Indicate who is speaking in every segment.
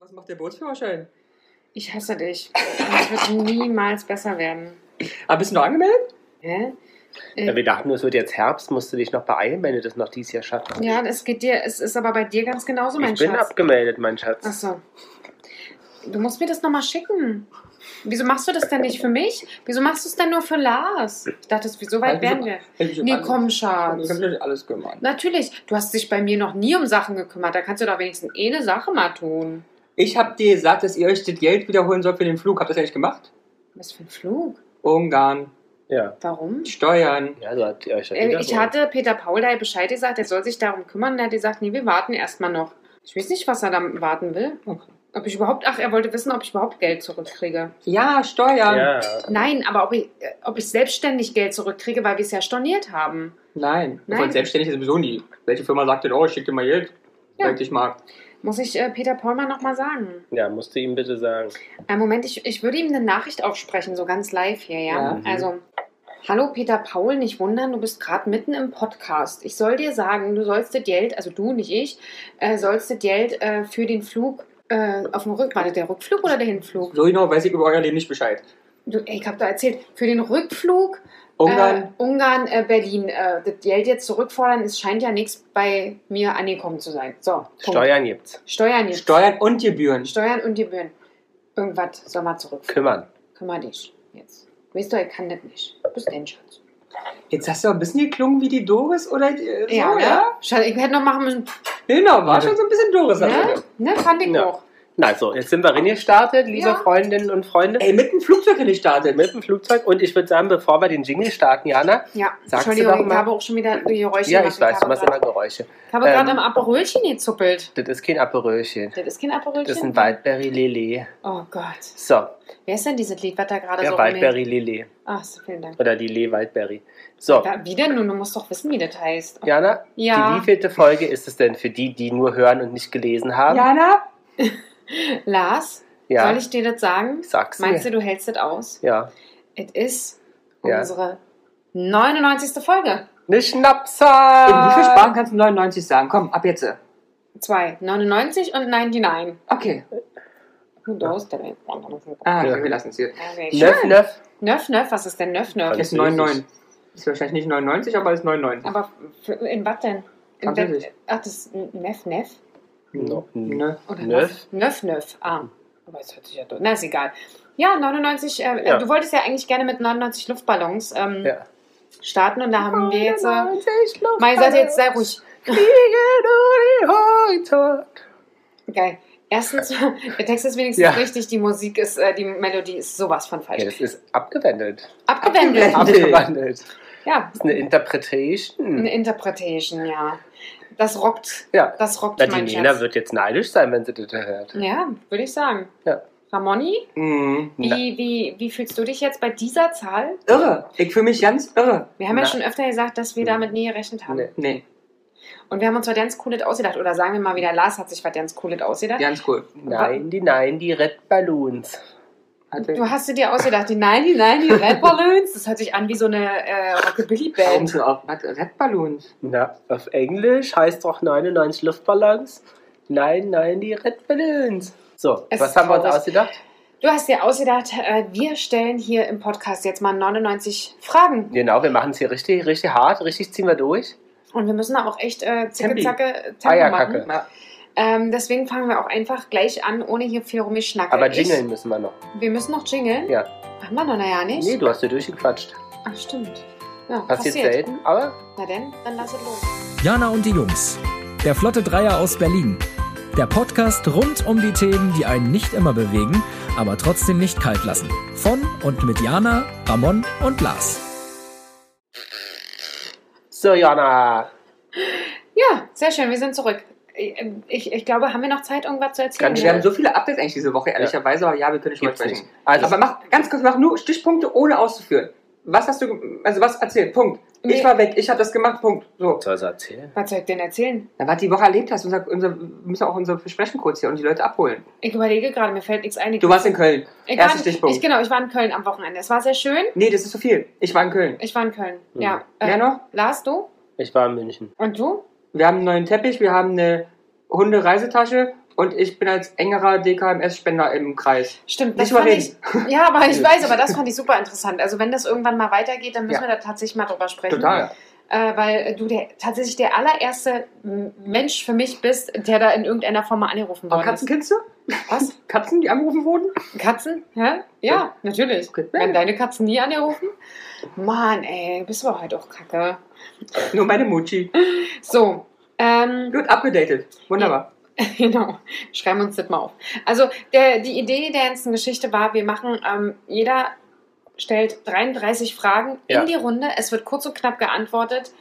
Speaker 1: Was macht der Bootsführerschein?
Speaker 2: Ich hasse dich. Es wird niemals besser werden.
Speaker 1: Aber Ah, bist du noch angemeldet?
Speaker 2: Hä?
Speaker 3: Ja, wir dachten, es wird jetzt Herbst, musst du dich noch beeilen, wenn du das noch dieses Jahr schaffst.
Speaker 2: Äh, Ja, es geht dir, es ist aber bei dir ganz genauso, mein
Speaker 3: ich bin
Speaker 2: Schatz.
Speaker 3: abgemeldet, mein Schatz.
Speaker 2: Achso. Du musst mir das nochmal schicken. Wieso machst du das denn nicht für mich? Wieso machst du es denn nur für Lars? Ich dachte, es- so
Speaker 1: Also,
Speaker 2: weit wären wir.
Speaker 1: Hätte ich
Speaker 2: Nee,
Speaker 1: alles-
Speaker 2: komm,
Speaker 1: Ich
Speaker 2: Schatz.
Speaker 1: hab nicht alles gemacht.
Speaker 2: Natürlich, du hast dich bei mir noch nie um Sachen gekümmert. Da kannst du doch wenigstens eh eine Sache mal tun.
Speaker 1: Ich hab dir gesagt, dass ihr euch das Geld wiederholen sollt für den Flug. Habt ihr das eigentlich gemacht?
Speaker 2: Was für ein Flug?
Speaker 1: Ungarn.
Speaker 3: Ja.
Speaker 2: Warum?
Speaker 1: Steuern.
Speaker 3: Ja, so habt ihr euch das
Speaker 2: Äh, Ich
Speaker 3: wiederholt.
Speaker 2: hatte Peter Paul da Bescheid gesagt, er soll sich darum kümmern. Und er hat gesagt, nee, wir warten erstmal noch. Ich weiß nicht, was er damit warten will.
Speaker 1: Okay.
Speaker 2: Ob ich überhaupt, ach, er wollte wissen, ob ich überhaupt Geld zurückkriege.
Speaker 1: Ja, Steuern.
Speaker 3: Ja.
Speaker 2: Nein, aber ob ich, äh, ob ich selbstständig Geld zurückkriege, weil wir es ja storniert haben.
Speaker 1: Nein.
Speaker 2: Nein.
Speaker 1: Von selbstständig ist sowieso nie. Welche Firma sagt denn, oh, ich schick dir mal Geld,
Speaker 2: Ja.
Speaker 1: weil ich dich mag?
Speaker 2: Muss ich äh, Peter Paul mal nochmal sagen.
Speaker 3: ja, musst du ihm bitte sagen.
Speaker 2: Äh, Moment, ich, ich würde ihm eine Nachricht aufsprechen, so ganz live hier,
Speaker 1: Ja.
Speaker 2: ja?
Speaker 3: Mhm.
Speaker 2: Also, hallo Peter Paul, nicht wundern, du bist gerade mitten im Podcast. Ich soll dir sagen, du sollst das Geld, also du, nicht ich, äh, sollst das Geld äh, für den Flug äh, auf dem Rück, war das der Rückflug oder der Hinflug?
Speaker 1: So genau weiß ich über euer Leben nicht Bescheid.
Speaker 2: Du, ey, ich habe da erzählt, für den Rückflug
Speaker 1: Ungarn.
Speaker 2: äh, Ungarn äh, Berlin, äh, das Geld jetzt zurückfordern, es scheint ja nichts bei mir angekommen zu sein. So, Punkt.
Speaker 3: Steuern gibt's.
Speaker 2: Steuern jetzt.
Speaker 1: Steuern und Gebühren.
Speaker 2: Steuern und Gebühren. Irgendwas soll mal zurück.
Speaker 3: Kümmern.
Speaker 2: Kümmer dich jetzt. Weißt du, ich kann das nicht. Du bist dein Schatz.
Speaker 1: Jetzt hast du ein bisschen geklungen wie die Doris oder äh, so, ja?
Speaker 2: ne? Schatz, ich hätte noch machen müssen.
Speaker 1: Genau, war schon so ein bisschen Doris.
Speaker 2: Ne?
Speaker 1: Also.
Speaker 2: ne? Fand ich
Speaker 3: Ja.
Speaker 2: auch.
Speaker 3: Na so, jetzt sind wir reingestartet, liebe
Speaker 2: Ja.
Speaker 3: Freundinnen und Freunde.
Speaker 1: Ey, mit dem Flugzeug bin ich startet.
Speaker 3: Mit dem Flugzeug. Und ich würde sagen, bevor wir den Jingle starten, Jana.
Speaker 2: Ja,
Speaker 3: Sagst du doch
Speaker 2: Entschuldigung, ich
Speaker 3: mal.
Speaker 2: habe auch schon wieder Geräusche
Speaker 3: Ja,
Speaker 2: gemacht.
Speaker 3: ich weiß,
Speaker 2: habe
Speaker 3: du machst
Speaker 2: gerade-
Speaker 3: immer Geräusche.
Speaker 2: Ich habe gerade
Speaker 3: Ähm,
Speaker 2: am Aperolchen gezuppelt.
Speaker 3: Das ist kein Aperölchen.
Speaker 2: Das ist kein Aperolchen.
Speaker 3: Das ist ein Waldberry Lillet.
Speaker 2: Oh Gott.
Speaker 3: So,
Speaker 2: Wer ist denn dieses Lied, was da gerade
Speaker 3: der
Speaker 2: so rumgeht?
Speaker 3: Waldberry Lillet.
Speaker 2: Ach, so, vielen Dank.
Speaker 3: Oder Lillet Waldberry. So,
Speaker 2: Da, wie denn nun? Du musst doch wissen, wie das heißt.
Speaker 3: Jana, die
Speaker 2: Ja,
Speaker 3: wievielte Folge ist es denn für die, die nur hören und nicht gelesen haben?
Speaker 1: Jana?
Speaker 2: Lars,
Speaker 3: Ja,
Speaker 2: soll ich dir das sagen?
Speaker 3: sag's
Speaker 2: Meinst
Speaker 3: mir.
Speaker 2: du, du hältst das aus?
Speaker 3: Ja.
Speaker 2: Es ist
Speaker 3: Ja.
Speaker 2: unsere 99. Folge.
Speaker 3: Eine Schnapszahl!
Speaker 1: In wie viel Sprachen kannst du 99 sagen? Komm, ab jetzt.
Speaker 2: Zwei. 99 und 99.
Speaker 1: Okay.
Speaker 2: Who knows the name? Okay.
Speaker 1: Ah, okay,
Speaker 3: Ja.
Speaker 1: wir lassen es hier.
Speaker 3: Nöff, nöff.
Speaker 2: Nöff, nöff, was ist denn Nöff, nöff?
Speaker 3: Also-
Speaker 1: Ist 99. Ist wahrscheinlich nicht 99, aber ist
Speaker 3: Hm.
Speaker 1: 99.
Speaker 2: Aber für, in was denn? In
Speaker 1: Französisch.
Speaker 2: wel- Ach, das ist Neff, Neff?
Speaker 3: No.
Speaker 1: Ne?
Speaker 2: Oder
Speaker 3: Nöff?
Speaker 2: Nöff, Nöff. Ah, aber es hört sich ja doof. Na, ist egal. Ja, 99, äh,
Speaker 3: Ja.
Speaker 2: du wolltest ja eigentlich gerne mit 99 Luftballons ähm,
Speaker 3: Ja.
Speaker 2: starten und da haben wir jetzt... Äh,
Speaker 3: 99 Luft-
Speaker 2: mal, seid ihr jetzt sehr ruhig.
Speaker 3: Fliege durch den Horizont.
Speaker 2: Geil. Erstens, der Text ist wenigstens
Speaker 3: Ja.
Speaker 2: richtig, die Musik ist, äh, die Melodie ist sowas von falsch.
Speaker 3: Ja, das ist abgewendet.
Speaker 2: Abgewendet.
Speaker 1: Ab-
Speaker 3: Abgewandelt. Das
Speaker 2: ja,
Speaker 3: ist eine Interpretation.
Speaker 2: eine Interpretation, ja. Das rockt,
Speaker 3: Ja.
Speaker 2: das rockt
Speaker 3: Na, die
Speaker 2: mein
Speaker 3: Nena
Speaker 2: Schatz.
Speaker 3: wird jetzt neidisch sein, wenn sie das hört.
Speaker 2: Ja, würde ich sagen.
Speaker 3: Ja.
Speaker 2: Ramoni,
Speaker 1: Mhm.
Speaker 3: Na.
Speaker 2: wie, wie, wie fühlst du dich jetzt bei dieser Zahl?
Speaker 1: Irre. Ich fühle mich ganz irre.
Speaker 2: Wir haben ja
Speaker 3: Na. Hm.
Speaker 2: schon öfter gesagt, dass wir damit nie gerechnet haben.
Speaker 3: Nee.
Speaker 1: Nee,
Speaker 2: Und wir haben uns was ganz Cooles ausgedacht. Oder sagen wir mal wieder, Lars hat sich was ganz Cooles ausgedacht.
Speaker 1: ganz cool.
Speaker 3: Nein, die, nein, die Red Balloons.
Speaker 1: Hatte
Speaker 2: Du hast sie dir ausgedacht, die 99 Red Balloons. Das hört sich an wie so eine äh,
Speaker 1: Warum
Speaker 2: Rockabilly-Band.
Speaker 1: so auf was? Red Balloons?
Speaker 3: Na, auf Englisch heißt doch 99 Luftballons. Nein, nein, die Red Balloons. So,
Speaker 2: Es
Speaker 3: was
Speaker 2: ist
Speaker 3: haben wir uns
Speaker 2: traurig.
Speaker 3: ausgedacht?
Speaker 2: Du hast dir ausgedacht, äh, wir stellen hier im Podcast jetzt mal 99 Fragen.
Speaker 3: Genau, wir machen es hier richtig, richtig hart, richtig ziehen wir durch.
Speaker 2: Und wir müssen da auch echt äh,
Speaker 1: Tempi.
Speaker 2: zicke-zacke Tempo
Speaker 3: Eierkacke.
Speaker 2: machen. Ähm, deswegen fangen wir auch einfach gleich an, ohne hier viel rumgeschnacke.
Speaker 3: Aber
Speaker 2: Ich-
Speaker 3: jingeln müssen wir noch.
Speaker 2: Wir müssen noch jingeln?
Speaker 3: Ja.
Speaker 2: Haben wir noch, naja, nicht?
Speaker 3: Nee, du hast dir durchgequatscht.
Speaker 2: Ach, stimmt. Ja,
Speaker 3: Passiert, selten, aber
Speaker 2: Na denn, dann lass es los.
Speaker 4: Jana und die Jungs. Der Flotte Dreier aus Berlin. Der Podcast rund um die Themen, die einen nicht immer bewegen, aber trotzdem nicht kalt lassen. Von und mit Jana, Ramon und Lars.
Speaker 3: so, Jana,
Speaker 2: Ja, sehr schön, wir sind zurück. Ich, ich, ich glaube, haben wir noch Zeit, irgendwas zu erzählen?
Speaker 3: Ganz
Speaker 1: Wir haben so viele Updates eigentlich diese Woche, ehrlicherweise, aber ja, wir können nicht drüber
Speaker 3: gibt's nicht.
Speaker 1: sprechen.
Speaker 3: Also,
Speaker 1: Aber mach ganz kurz, mach nur Stichpunkte ohne auszuführen. Was hast du, gem- also was erzählt? Punkt.
Speaker 2: Nee.
Speaker 1: Ich war weg, ich habe das gemacht, Punkt. So.
Speaker 3: soll sie erzählen?
Speaker 2: Was soll ich denn erzählen?
Speaker 1: Na, was die Woche erlebt hast, unser, unser, müssen wir auch unser Versprechen kurz hier und die Leute abholen.
Speaker 2: Ich überlege gerade, mir fällt nichts ein. Ich-
Speaker 1: Du warst in Köln.
Speaker 2: ich
Speaker 1: erster
Speaker 2: war-
Speaker 1: Stichpunkt.
Speaker 2: Ich, genau, ich war in Köln am Wochenende. Es war sehr schön.
Speaker 1: Nee, das ist zu viel. Ich war in Köln.
Speaker 2: Ich war in Köln.
Speaker 1: Hm.
Speaker 3: Mhm.
Speaker 2: Ja. Äh,
Speaker 1: Wer noch?
Speaker 2: Lars, du?
Speaker 3: Ich war in München.
Speaker 2: Und du?
Speaker 1: Wir haben einen neuen Teppich, wir haben eine Hundereisetasche und ich bin als engerer DKMS-Spender im Kreis.
Speaker 2: Stimmt, das
Speaker 1: Nicht mal
Speaker 2: fand ich,
Speaker 1: reden.
Speaker 2: ja, aber ich
Speaker 1: Nee.
Speaker 2: weiß, aber das fand ich super interessant. Also wenn das irgendwann mal weitergeht, dann müssen
Speaker 1: Ja.
Speaker 2: wir da tatsächlich mal drüber sprechen.
Speaker 1: Total.
Speaker 2: Äh, weil äh, du der, tatsächlich der allererste m, Mensch für mich bist, der da in irgendeiner Form mal angerufen
Speaker 1: Aber
Speaker 2: worden
Speaker 1: Katzen kennst du?
Speaker 2: ist. Was?
Speaker 1: Katzen, die angerufen wurden?
Speaker 2: Katzen? Hä? Ja, natürlich.
Speaker 1: Okay.
Speaker 2: Werden deine Katzen nie angerufen? Mann, ey, bist du halt auch kacke.
Speaker 1: Nur meine Mutti.
Speaker 2: So, ähm,
Speaker 1: Gut, abgedatet. Wunderbar.
Speaker 2: Genau, schreiben wir uns das mal auf. Also der, die Idee der ganzen Geschichte war, wir machen, ähm, jeder stellt 33 Fragen
Speaker 3: Ja.
Speaker 2: in die Runde. Es wird kurz und knapp geantwortet.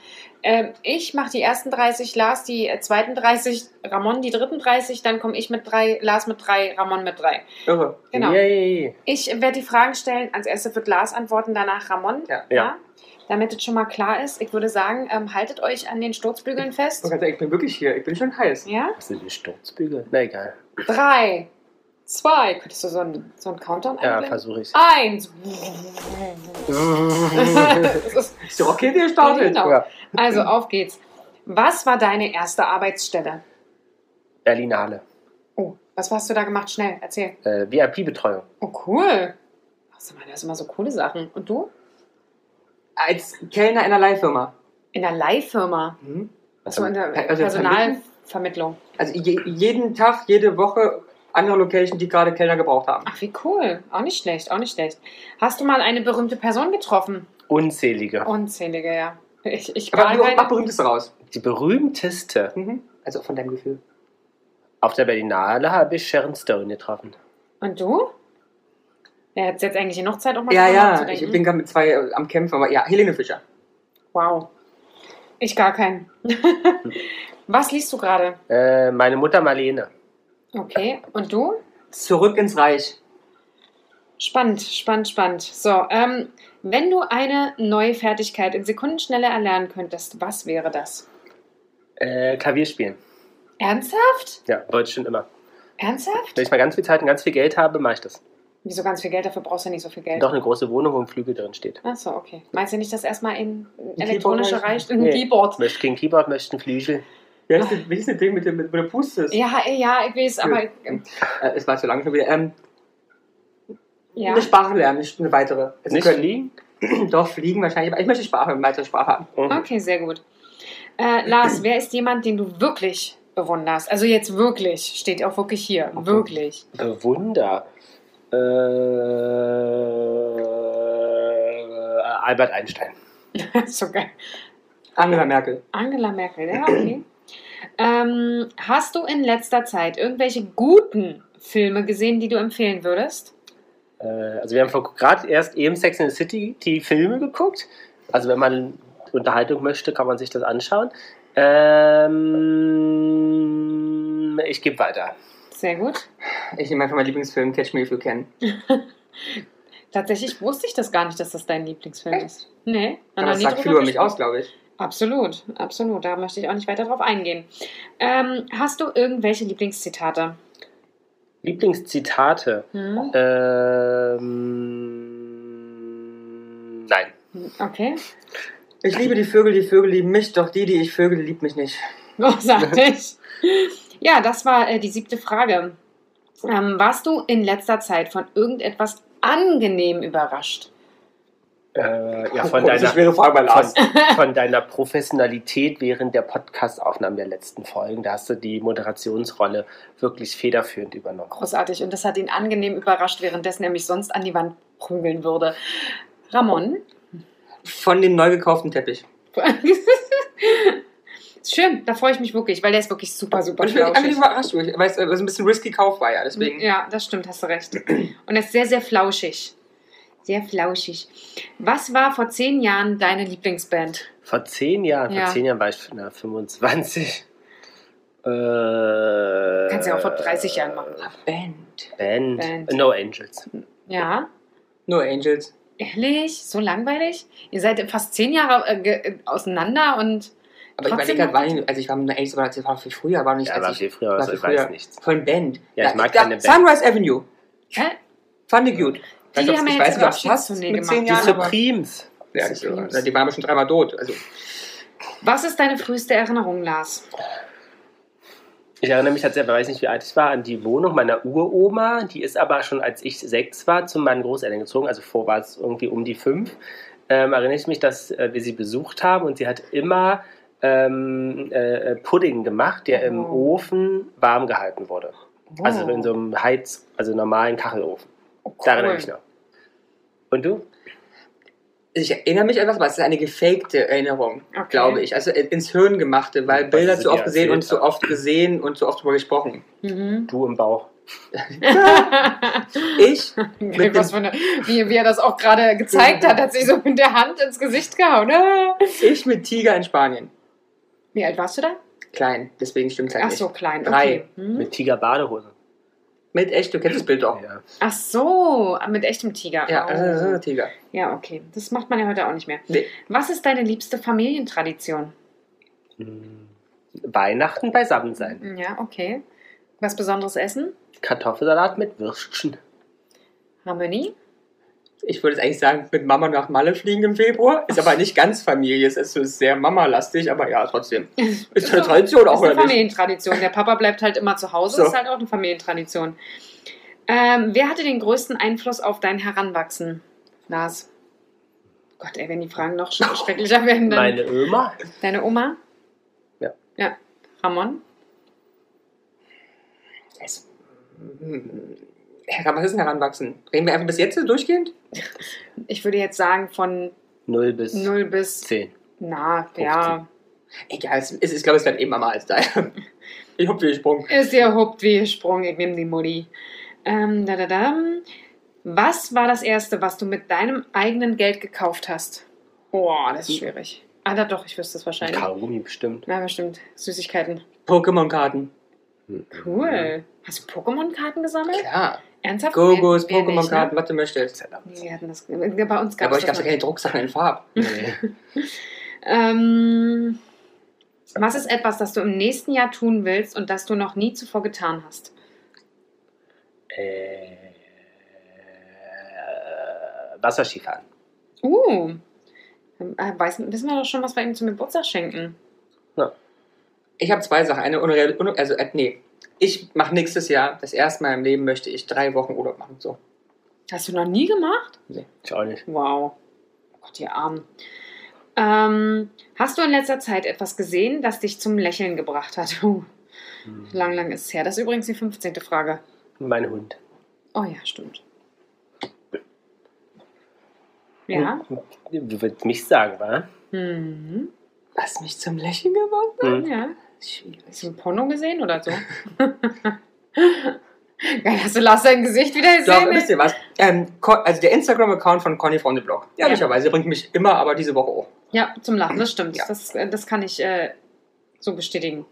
Speaker 2: Ähm, ich mache die ersten 30, Lars die äh, zweiten 30, Ramon die dritten 30, dann komme ich mit drei, Lars mit drei, Ramon mit drei.
Speaker 1: Irre.
Speaker 2: Genau.
Speaker 3: Yay.
Speaker 2: Ich werde die Fragen stellen. Als erstes wird Lars antworten, danach Ramon.
Speaker 1: Ja.
Speaker 3: Ja.
Speaker 2: Damit es schon mal klar ist, ich würde sagen, ähm, haltet euch an den Sturzbügeln
Speaker 1: So
Speaker 2: fest.
Speaker 1: ganz ehrlich, Oh Ich bin wirklich hier. Ich bin schon heiß.
Speaker 2: Ja?
Speaker 3: Was sind die Sturzbügel? Na egal.
Speaker 2: Drei, zwei. Könntest du so einen, so einen Countdown
Speaker 3: Ja,
Speaker 2: einblenden?
Speaker 3: versuche ich.
Speaker 2: Eins. Ah. Das ist-
Speaker 1: Ist die Rakete gestartet?
Speaker 2: Genau.
Speaker 3: Ja.
Speaker 2: also, auf geht's. Was war deine erste Arbeitsstelle?
Speaker 3: Berliner Halle.
Speaker 2: Oh, was hast du da gemacht? Schnell, erzähl.
Speaker 3: Äh, VIP-Betreuung.
Speaker 2: Oh, cool. Ach, sag mal, das sind immer so coole Sachen. Und du?
Speaker 1: Als Kellner in einer Leihfirma.
Speaker 2: In der Leihfirma.
Speaker 1: Mhm.
Speaker 2: Also in der
Speaker 1: Also
Speaker 2: Personalvermittlung.
Speaker 1: Also je, jeden Tag, jede Woche andere Location, die gerade Kellner gebraucht haben.
Speaker 2: Ach, wie cool. Auch nicht schlecht, auch nicht schlecht. Hast du mal eine berühmte Person getroffen?
Speaker 3: Unzählige.
Speaker 2: Unzählige, ja. Ich, ich halt-
Speaker 1: Aber
Speaker 2: gar
Speaker 1: du mach
Speaker 2: keine.
Speaker 1: Berühmtes daraus.
Speaker 3: Die berühmteste.
Speaker 1: Mhm. Also von deinem Gefühl.
Speaker 3: Auf der Berlinale habe ich Sharon Stone getroffen.
Speaker 2: Und du? Ja, hättest jetzt eigentlich noch Zeit, auch mal
Speaker 1: ja,
Speaker 2: drüber
Speaker 1: ja.
Speaker 2: nachzudenken.
Speaker 1: Ich bin gerade mit zwei äh, am Kämpfen, aber ja, Helene Fischer.
Speaker 2: Wow. Ich gar keinen. Was liest du gerade?
Speaker 3: Äh, meine Mutter Marlene.
Speaker 2: Okay. Und du?
Speaker 1: Zurück ins Reich.
Speaker 2: Spannend, spannend, spannend. So, ähm, wenn du eine neue Fertigkeit in Sekundenschnelle erlernen könntest, was wäre das?
Speaker 3: Äh, Klavier spielen.
Speaker 2: Ernsthaft?
Speaker 3: Ja, wollte ich schon immer.
Speaker 2: Ernsthaft?
Speaker 3: Wenn ich mal ganz viel Zeit und ganz viel Geld habe, mache ich das.
Speaker 2: Wieso ganz viel Geld? Dafür brauchst du nicht so viel Geld.
Speaker 3: Doch eine große Wohnung, wo ein Flügel drin steht.
Speaker 2: Achso, okay. Meinst du nicht, dass erstmal ein ein
Speaker 1: Keyboard
Speaker 2: elektronischer
Speaker 1: reicht?
Speaker 2: reicht? Ein
Speaker 3: Nee.
Speaker 2: Keyboard.
Speaker 3: Möchte kein Keyboard, möchte einen Flügel.
Speaker 1: Wie heißt das, wie ist das Ding mit dem, mit, wo du pustest?
Speaker 2: Ja, äh, ja, ich weiß, aber äh,
Speaker 1: Äh, es war zu lang schon wieder. Ähm,
Speaker 2: ja.
Speaker 1: Eine Sprache lernen, nicht eine weitere. Also
Speaker 3: Nicht
Speaker 1: können,
Speaker 3: fliegen?
Speaker 1: doch, fliegen wahrscheinlich, aber ich möchte Sprache, eine weitere Sprache haben.
Speaker 3: Mhm.
Speaker 2: Okay, sehr gut. Äh, Lars, wer ist jemand, den du wirklich bewunderst? Also jetzt wirklich, steht auch wirklich hier. Wirklich.
Speaker 3: Bewunder. Äh, Albert Einstein.
Speaker 2: so geil.
Speaker 1: Angela Merkel.
Speaker 2: Angela Merkel, ja, okay. ähm, hast du in letzter Zeit irgendwelche guten Filme gesehen, die du empfehlen würdest?
Speaker 3: Äh, also wir haben vor- gerade erst eben Sex in the City die Filme geguckt. Also wenn man Unterhaltung möchte, kann man sich das anschauen. Ähm, ich gebe weiter.
Speaker 2: Sehr gut.
Speaker 1: Ich nehme einfach meinen Lieblingsfilm Catch Me If You Can.
Speaker 2: Tatsächlich wusste ich das gar nicht, dass das dein Lieblingsfilm ist. Nee,
Speaker 1: Aber das sagt viel
Speaker 2: drüber
Speaker 1: über mich
Speaker 2: gesprochen.
Speaker 1: aus, glaube ich.
Speaker 2: Absolut, absolut. Da möchte ich auch nicht weiter drauf eingehen. Ähm, hast du irgendwelche Lieblingszitate?
Speaker 3: Lieblingszitate.
Speaker 2: Hm?
Speaker 3: Ähm, nein.
Speaker 2: Okay.
Speaker 1: Ich liebe die Vögel, die Vögel lieben mich, doch die, die ich vögel, liebt mich nicht.
Speaker 2: Großartig. ja, das war äh, die siebte Frage. Ähm, warst du in letzter Zeit von irgendetwas angenehm überrascht?
Speaker 3: Äh, ja, von
Speaker 1: Oh, das ist eine
Speaker 3: deiner,
Speaker 1: schwere Frage bei Lars.
Speaker 3: von, von deiner Professionalität während der Podcast-Aufnahmen der letzten Folgen, da hast du die Moderationsrolle wirklich federführend übernommen.
Speaker 2: Großartig. Und das hat ihn angenehm überrascht, währenddessen er mich sonst an die Wand prügeln würde. Ramon.
Speaker 1: Von dem neu gekauften Teppich.
Speaker 2: Ist Schön, da freue ich mich wirklich, weil der ist wirklich super, super
Speaker 1: Und ich bin eigentlich
Speaker 2: flauschig.
Speaker 1: überrascht, weil es weil es ein bisschen risky Kauf war, ja, deswegen.
Speaker 2: Ja, das stimmt, hast du recht. Und er ist sehr, sehr flauschig. Sehr flauschig. Was war vor zehn Jahren deine Lieblingsband?
Speaker 3: Vor zehn Jahren,
Speaker 2: Ja.
Speaker 3: vor zehn Jahren war ich na, 25. Äh,
Speaker 2: Kannst du ja auch vor 30 Jahren machen.
Speaker 1: Band.
Speaker 3: Band.
Speaker 2: Band.
Speaker 3: No Angels.
Speaker 2: Ja.
Speaker 1: No Angels.
Speaker 2: Ehrlich? So langweilig? Ihr seid fast zehn Jahre äh, ge- äh, auseinander und
Speaker 1: Aber
Speaker 2: Trotzdem
Speaker 1: ich überlege gerade, war ich, also ich war mit No Angels, aber das war viel früher, war nicht
Speaker 3: Ja, war
Speaker 1: als ich.
Speaker 3: viel früher,
Speaker 1: war
Speaker 3: also
Speaker 1: viel
Speaker 3: ich weiß
Speaker 1: früher.
Speaker 3: nichts.
Speaker 1: Von Band.
Speaker 3: Ja, ich mag
Speaker 1: da-
Speaker 3: keine Band.
Speaker 1: Sunrise Avenue.
Speaker 2: hä?
Speaker 1: Fand ich gut.
Speaker 2: Die
Speaker 1: Ich weiß
Speaker 2: haben
Speaker 1: nicht,
Speaker 2: ja
Speaker 1: ich weiß nicht,
Speaker 2: jetzt ihre
Speaker 1: ob es passt
Speaker 2: Abschiedstournee
Speaker 1: mit zehn
Speaker 2: gemacht.
Speaker 3: Die
Speaker 1: Jahren. aber-
Speaker 3: Supremes.
Speaker 1: Ja,
Speaker 2: Die Supremes.
Speaker 1: die waren bestimmt dreimal tot. Also,
Speaker 2: Was ist deine früheste Erinnerung, Lars?
Speaker 3: Ich erinnere mich tatsächlich, weiß nicht, wie alt ich war, an die Wohnung meiner Uroma. Die ist aber schon, als ich sechs war, zu meinen Großeltern gezogen. Also vor war es irgendwie um die fünf. Ähm, erinnere ich mich, dass äh, wir sie besucht haben und sie hat immer ähm, äh, Pudding gemacht, der im
Speaker 2: Oh.
Speaker 3: Ofen warm gehalten wurde.
Speaker 2: Wow.
Speaker 3: Also in so einem Heiz, also normalen Kachelofen.
Speaker 2: oh, cool.
Speaker 3: Da erinnere ich mich noch. Und du?
Speaker 1: Ich erinnere mich an was, aber es ist eine gefakte Erinnerung,
Speaker 2: Okay.
Speaker 1: glaube ich. Also äh, ins Hirn gemachte, weil
Speaker 3: Was
Speaker 1: Bilder
Speaker 3: sie
Speaker 1: zu
Speaker 3: dir
Speaker 1: oft gesehen und
Speaker 3: erzählt
Speaker 1: zu oft gesehen und zu oft drüber gesprochen.
Speaker 2: Mhm.
Speaker 3: Du im Bauch.
Speaker 1: Ich?
Speaker 2: Wie, was für eine, wie, wie er das auch gerade gezeigt hat, hat sich so mit der Hand ins Gesicht gehauen. Ah.
Speaker 1: Ich mit Tiger in Spanien.
Speaker 2: Wie alt warst du da?
Speaker 1: Klein, deswegen stimmt es halt
Speaker 2: Ach
Speaker 1: nicht.
Speaker 2: so, klein.
Speaker 1: Drei.
Speaker 2: Okay. Hm?
Speaker 3: Mit Tigerbadehose.
Speaker 1: Mit echt, du kennst das Bild doch.
Speaker 3: Ja.
Speaker 2: Ach so, mit echtem Tiger.
Speaker 1: Ja,
Speaker 2: Oh.
Speaker 1: äh, Tiger.
Speaker 2: ja, okay. Das macht man ja heute auch nicht mehr.
Speaker 1: Nee.
Speaker 2: Was ist deine liebste Familientradition?
Speaker 3: Hm. Weihnachten beisammen sein.
Speaker 2: Ja, okay. Was Besonderes essen?
Speaker 3: Kartoffelsalat mit Würstchen.
Speaker 2: Harmonie?
Speaker 1: Ich würde jetzt eigentlich sagen, mit Mama nach Malle fliegen im Februar. Ist aber nicht ganz Familie, es ist so sehr Mama-lastig, aber ja, trotzdem. Ist eine
Speaker 2: so.
Speaker 1: Tradition auch,
Speaker 2: ist eine
Speaker 1: oder nicht?
Speaker 2: Familientradition. Der Papa bleibt halt immer zu Hause.
Speaker 1: So.
Speaker 2: Ist halt auch eine Familientradition. Ähm, wer hatte den größten Einfluss auf dein Heranwachsen, Lars? Gott, ey, wenn die Fragen noch sch- schrecklicher werden, dann
Speaker 3: Meine Ömer.
Speaker 2: deine Oma?
Speaker 3: Ja.
Speaker 2: Ja. Ramon?
Speaker 1: Es, Hm. Heran- was ist denn Heranwachsen? Reden wir einfach bis jetzt durchgehend?
Speaker 2: Ich würde jetzt sagen, von
Speaker 3: 0 bis
Speaker 2: 0 bis,
Speaker 3: 10.
Speaker 2: na, ja,
Speaker 1: Egal, es ist, ich glaube, es bleibt eben Mama als da. Ich hab viel gesprungen.
Speaker 2: ist ihr hupt wie Sprung, ich nehme die Mutti. Ähm, da, da, da. Was war das Erste, was du mit deinem eigenen Geld gekauft hast? Oh, das
Speaker 1: Hm.
Speaker 2: ist schwierig. Ah, da doch, ich wüsste es
Speaker 3: Ein
Speaker 2: wahrscheinlich.
Speaker 3: Kaugummi bestimmt.
Speaker 2: Na, bestimmt. Süßigkeiten.
Speaker 1: Pokémon-Karten.
Speaker 3: Hm.
Speaker 2: Cool. Hast du Pokémon-Karten gesammelt?
Speaker 1: Klar.
Speaker 2: Ernsthaft?
Speaker 1: Gogos,
Speaker 2: Wer- wer nicht,
Speaker 1: Pokémon-Karten,
Speaker 2: ne?
Speaker 1: was du möchtest.
Speaker 2: Nee, Wir hatten das. äh, Bei uns
Speaker 1: Ja,
Speaker 2: gab
Speaker 1: bei
Speaker 2: es
Speaker 1: euch gab es ja keine Drucksachen in Farb.
Speaker 3: Nee.
Speaker 2: ähm, Was ist etwas, das du im nächsten Jahr tun willst und das du noch nie zuvor getan hast?
Speaker 3: äh, Wasserskifahren.
Speaker 2: Uh. Äh, Weiß, wissen wir doch schon, was wir ihm zum Geburtstag schenken.
Speaker 1: Ich habe zwei Sachen. Eine unreal, un, also äh, nee. Ich mache nächstes Jahr, das erste Mal im Leben möchte ich drei Wochen Urlaub machen. So.
Speaker 2: Hast du noch nie gemacht?
Speaker 3: Ich auch nicht.
Speaker 2: Wow. Oh Gott, ihr Arm. Ähm, hast du in letzter Zeit etwas gesehen, das dich zum Lächeln gebracht hat? Uh,
Speaker 3: Hm.
Speaker 2: lang, lang ist es her. Das ist übrigens die 15. Frage.
Speaker 3: Mein Hund.
Speaker 2: Oh ja, stimmt. Ja.
Speaker 3: Du willst mich sagen, wa?
Speaker 2: Mhm.
Speaker 1: Was mich zum Lächeln gemacht?
Speaker 3: Hm.
Speaker 2: Ja. Hast
Speaker 1: Schwierig.
Speaker 2: du ein Porno gesehen oder so? Geil, hast du Lars sein Gesicht wieder
Speaker 1: Doch,
Speaker 2: gesehen?
Speaker 1: wisst ihr was? Ähm, Con- also der Instagram-Account von Conny von the Blog. Ehrlicherweise bringt mich immer, aber diese Woche auch.
Speaker 2: ja, zum Lachen, das stimmt.
Speaker 1: Ja.
Speaker 2: Das, äh, das kann ich äh, so bestätigen.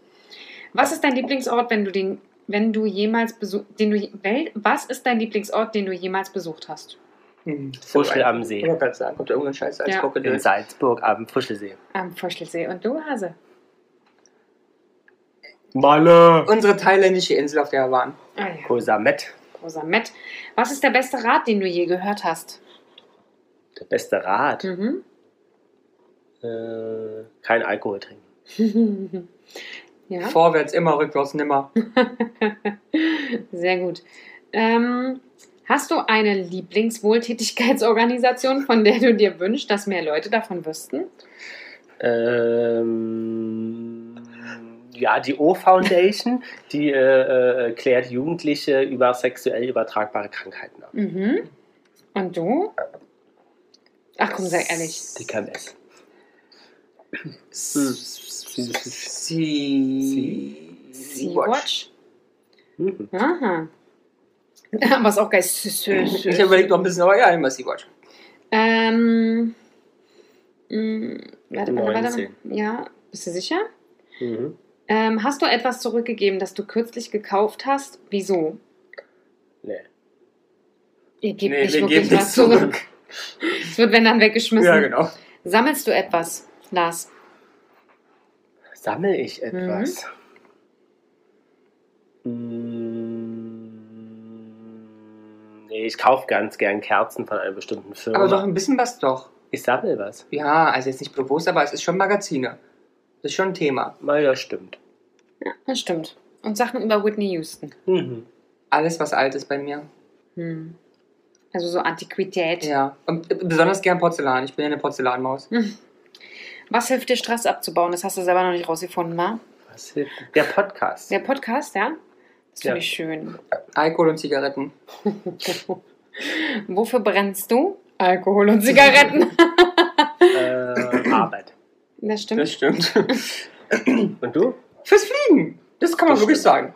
Speaker 2: Was ist dein Lieblingsort, wenn du den, wenn du jemals besucht, den du, je- wel, was ist dein Lieblingsort, den du jemals besucht hast?
Speaker 1: Hm,
Speaker 3: Fuschel
Speaker 1: so
Speaker 3: am
Speaker 1: Ich
Speaker 3: See.
Speaker 1: wollte gerade sagen, kommt da irgendein Scheiß als
Speaker 2: Ja.
Speaker 3: In
Speaker 1: Krokodil.
Speaker 3: Salzburg am Fuschelsee.
Speaker 2: Am Vorschlissee. Und du, Hase?
Speaker 3: Malle!
Speaker 1: Unsere thailändische Insel, auf der wir waren.
Speaker 2: Ah ja,
Speaker 3: Kosamet.
Speaker 2: großer Matt. Was ist der beste Rat, den du je gehört hast?
Speaker 3: Der beste Rat.
Speaker 2: Mhm.
Speaker 3: Äh, kein Alkohol trinken.
Speaker 2: ja,
Speaker 1: Vorwärts immer, rückwärts nimmer.
Speaker 2: sehr gut. Ähm, hast du eine Lieblingswohltätigkeitsorganisation, von der du dir wünschst, dass mehr Leute davon wüssten?
Speaker 3: Ähm, ja, die O-Foundation, die äh, äh, klärt Jugendliche über sexuell übertragbare Krankheiten auf.
Speaker 2: Mhm. Und du? Ach komm, sei ehrlich.
Speaker 3: DKMS.
Speaker 1: Hm. Sie.
Speaker 2: Sea-Watch?
Speaker 3: Mhm.
Speaker 2: Aha. Aber ist auch geil. Sü- sü- sü-
Speaker 1: Ich überlege noch ein bisschen, aber ja, immer Sea-Watch.
Speaker 2: Ähm. mh, Warte, warte, warte.
Speaker 3: 19.
Speaker 2: Ja, bist du sicher?
Speaker 3: Mhm.
Speaker 2: Ähm, hast du etwas zurückgegeben, das du kürzlich gekauft hast? Wieso?
Speaker 3: Nee.
Speaker 2: Ihr gebt
Speaker 1: Nee,
Speaker 2: nicht
Speaker 1: wir
Speaker 2: wirklich
Speaker 1: geben
Speaker 2: was
Speaker 1: nicht
Speaker 2: zurück. Es wird, wenn dann, weggeschmissen.
Speaker 1: Ja, genau.
Speaker 2: Sammelst du etwas, Lars?
Speaker 3: Sammel ich etwas? Mm, Nee, ich kaufe ganz gern Kerzen von einer bestimmten Firma.
Speaker 1: Aber doch ein bisschen was doch.
Speaker 3: ich sammel was.
Speaker 1: Ja, also jetzt nicht bewusst, aber es ist schon Magazine. Das ist schon ein Thema.
Speaker 3: Na ja, stimmt.
Speaker 2: Das stimmt. Und Sachen über Whitney Houston.
Speaker 3: Mhm.
Speaker 1: Alles, was alt ist bei mir.
Speaker 2: Hm. Also so Antiquität.
Speaker 1: Ja. Und besonders gern Porzellan. Ich bin ja eine Porzellanmaus.
Speaker 3: Hm.
Speaker 2: Was hilft dir, Stress abzubauen? Das hast du selber noch nicht rausgefunden, wa?
Speaker 3: Was hilft? Der Podcast.
Speaker 2: Der Podcast, ja? Das
Speaker 3: Ja.
Speaker 2: finde ich schön.
Speaker 1: Alkohol und Zigaretten.
Speaker 2: Wofür brennst du? Alkohol und Zigaretten.
Speaker 3: Äh, Arbeit.
Speaker 2: Das stimmt.
Speaker 1: Das stimmt.
Speaker 3: Und du?
Speaker 1: Fürs Fliegen. Das kann man
Speaker 3: Das
Speaker 1: wirklich
Speaker 3: stimmt.
Speaker 1: sagen.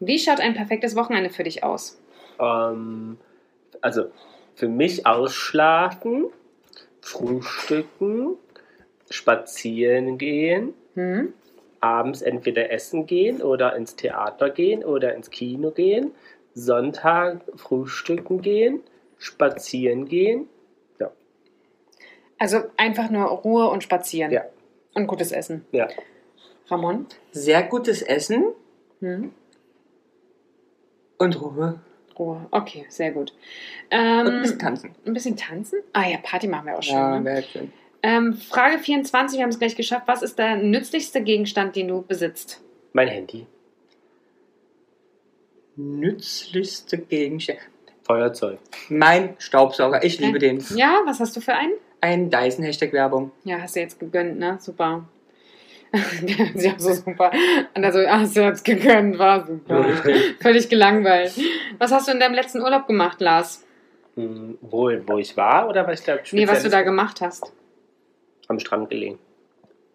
Speaker 2: Wie schaut ein perfektes Wochenende für dich aus?
Speaker 3: Ähm, also für mich ausschlafen, frühstücken, spazieren gehen,
Speaker 2: Hm?
Speaker 3: abends entweder essen gehen oder ins Theater gehen oder ins Kino gehen, Sonntag frühstücken gehen, spazieren gehen.
Speaker 2: Also einfach nur Ruhe und Spazieren.
Speaker 3: Ja.
Speaker 2: Und gutes Essen.
Speaker 3: Ja.
Speaker 2: Ramon?
Speaker 1: Sehr gutes Essen
Speaker 2: Hm?
Speaker 1: und Ruhe.
Speaker 2: Ruhe. Okay, sehr gut.
Speaker 1: Und
Speaker 3: Hm.
Speaker 1: ein bisschen
Speaker 2: Ähm,
Speaker 1: tanzen.
Speaker 2: ein bisschen tanzen? Ah ja, Party machen wir auch schon.
Speaker 1: Ja,
Speaker 2: ne?
Speaker 1: wäre schön.
Speaker 2: ähm, Frage 24, wir haben es gleich geschafft. Was ist der nützlichste Gegenstand, den du besitzt?
Speaker 3: Mein Handy,
Speaker 1: Nützlichste Gegenstände.
Speaker 3: Feuerzeug.
Speaker 1: Mein Staubsauger. Ich liebe
Speaker 3: Hm.
Speaker 2: Hä?
Speaker 1: den.
Speaker 2: Ja, was hast du für einen?
Speaker 1: Ein Dyson Hashtag Werbung.
Speaker 2: Ja, hast du jetzt gegönnt, ne? Super. Sie haben so super. Und also, hast du jetzt gegönnt, war super. Völlig gelangweilt. Was hast du in deinem letzten Urlaub gemacht, Lars?
Speaker 3: Hm, wo, wo ich war oder was ich da
Speaker 2: Nee, was du da
Speaker 3: Spezielles
Speaker 2: gemacht hast.
Speaker 3: am Strand gelegen.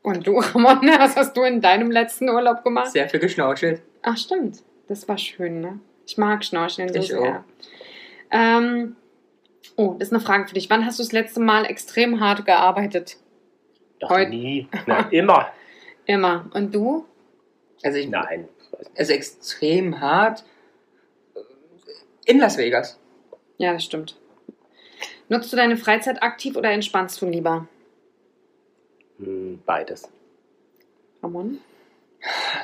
Speaker 2: Und du, Ramon, was hast du in deinem letzten Urlaub gemacht?
Speaker 1: Sehr viel geschnorchelt.
Speaker 2: Ach, stimmt. Das war schön, ne? Ich mag Schnorcheln so
Speaker 1: Ich
Speaker 2: sehr. Ähm, oh, das ist eine Frage für dich. Wann hast du das letzte Mal extrem hart gearbeitet?
Speaker 3: Doch
Speaker 2: Heute-
Speaker 3: nie. Na, immer.
Speaker 2: Immer. Und du?
Speaker 1: Also, ich,
Speaker 3: Nein.
Speaker 1: also extrem hart. In Las Vegas.
Speaker 2: Ja, das stimmt. Nutzt du deine Freizeit aktiv oder entspannst du lieber?
Speaker 3: Hm, beides.
Speaker 2: Ramon?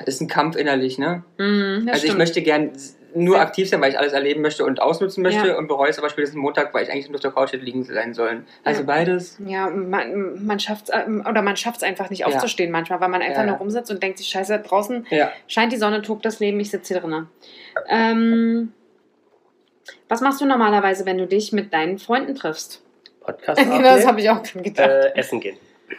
Speaker 1: Ist ein Kampf innerlich, ne?
Speaker 2: Mhm, das
Speaker 1: also ich
Speaker 2: stimmt.
Speaker 1: möchte gern s- nur aktiv sein, weil ich alles erleben möchte und ausnutzen möchte
Speaker 2: Ja.
Speaker 1: und bereue es aber spätestens Montag, weil ich eigentlich nur auf der Couch hätte liegen sein sollen. Also
Speaker 2: Ja.
Speaker 1: beides.
Speaker 2: ja, man, man schafft es oder man schafft es einfach nicht
Speaker 1: Ja.
Speaker 2: aufzustehen manchmal, weil man einfach
Speaker 1: Ja.
Speaker 2: nur rumsitzt und denkt sich, scheiße, draußen
Speaker 1: Ja.
Speaker 2: scheint die Sonne, tobt das Leben, ich sitze hier drinnen. Ähm, was machst du normalerweise, wenn du dich mit deinen Freunden triffst?
Speaker 3: Podcast
Speaker 2: Genau, das
Speaker 3: aufnehmen,
Speaker 2: habe ich auch schon gedacht.
Speaker 3: äh, Essen gehen.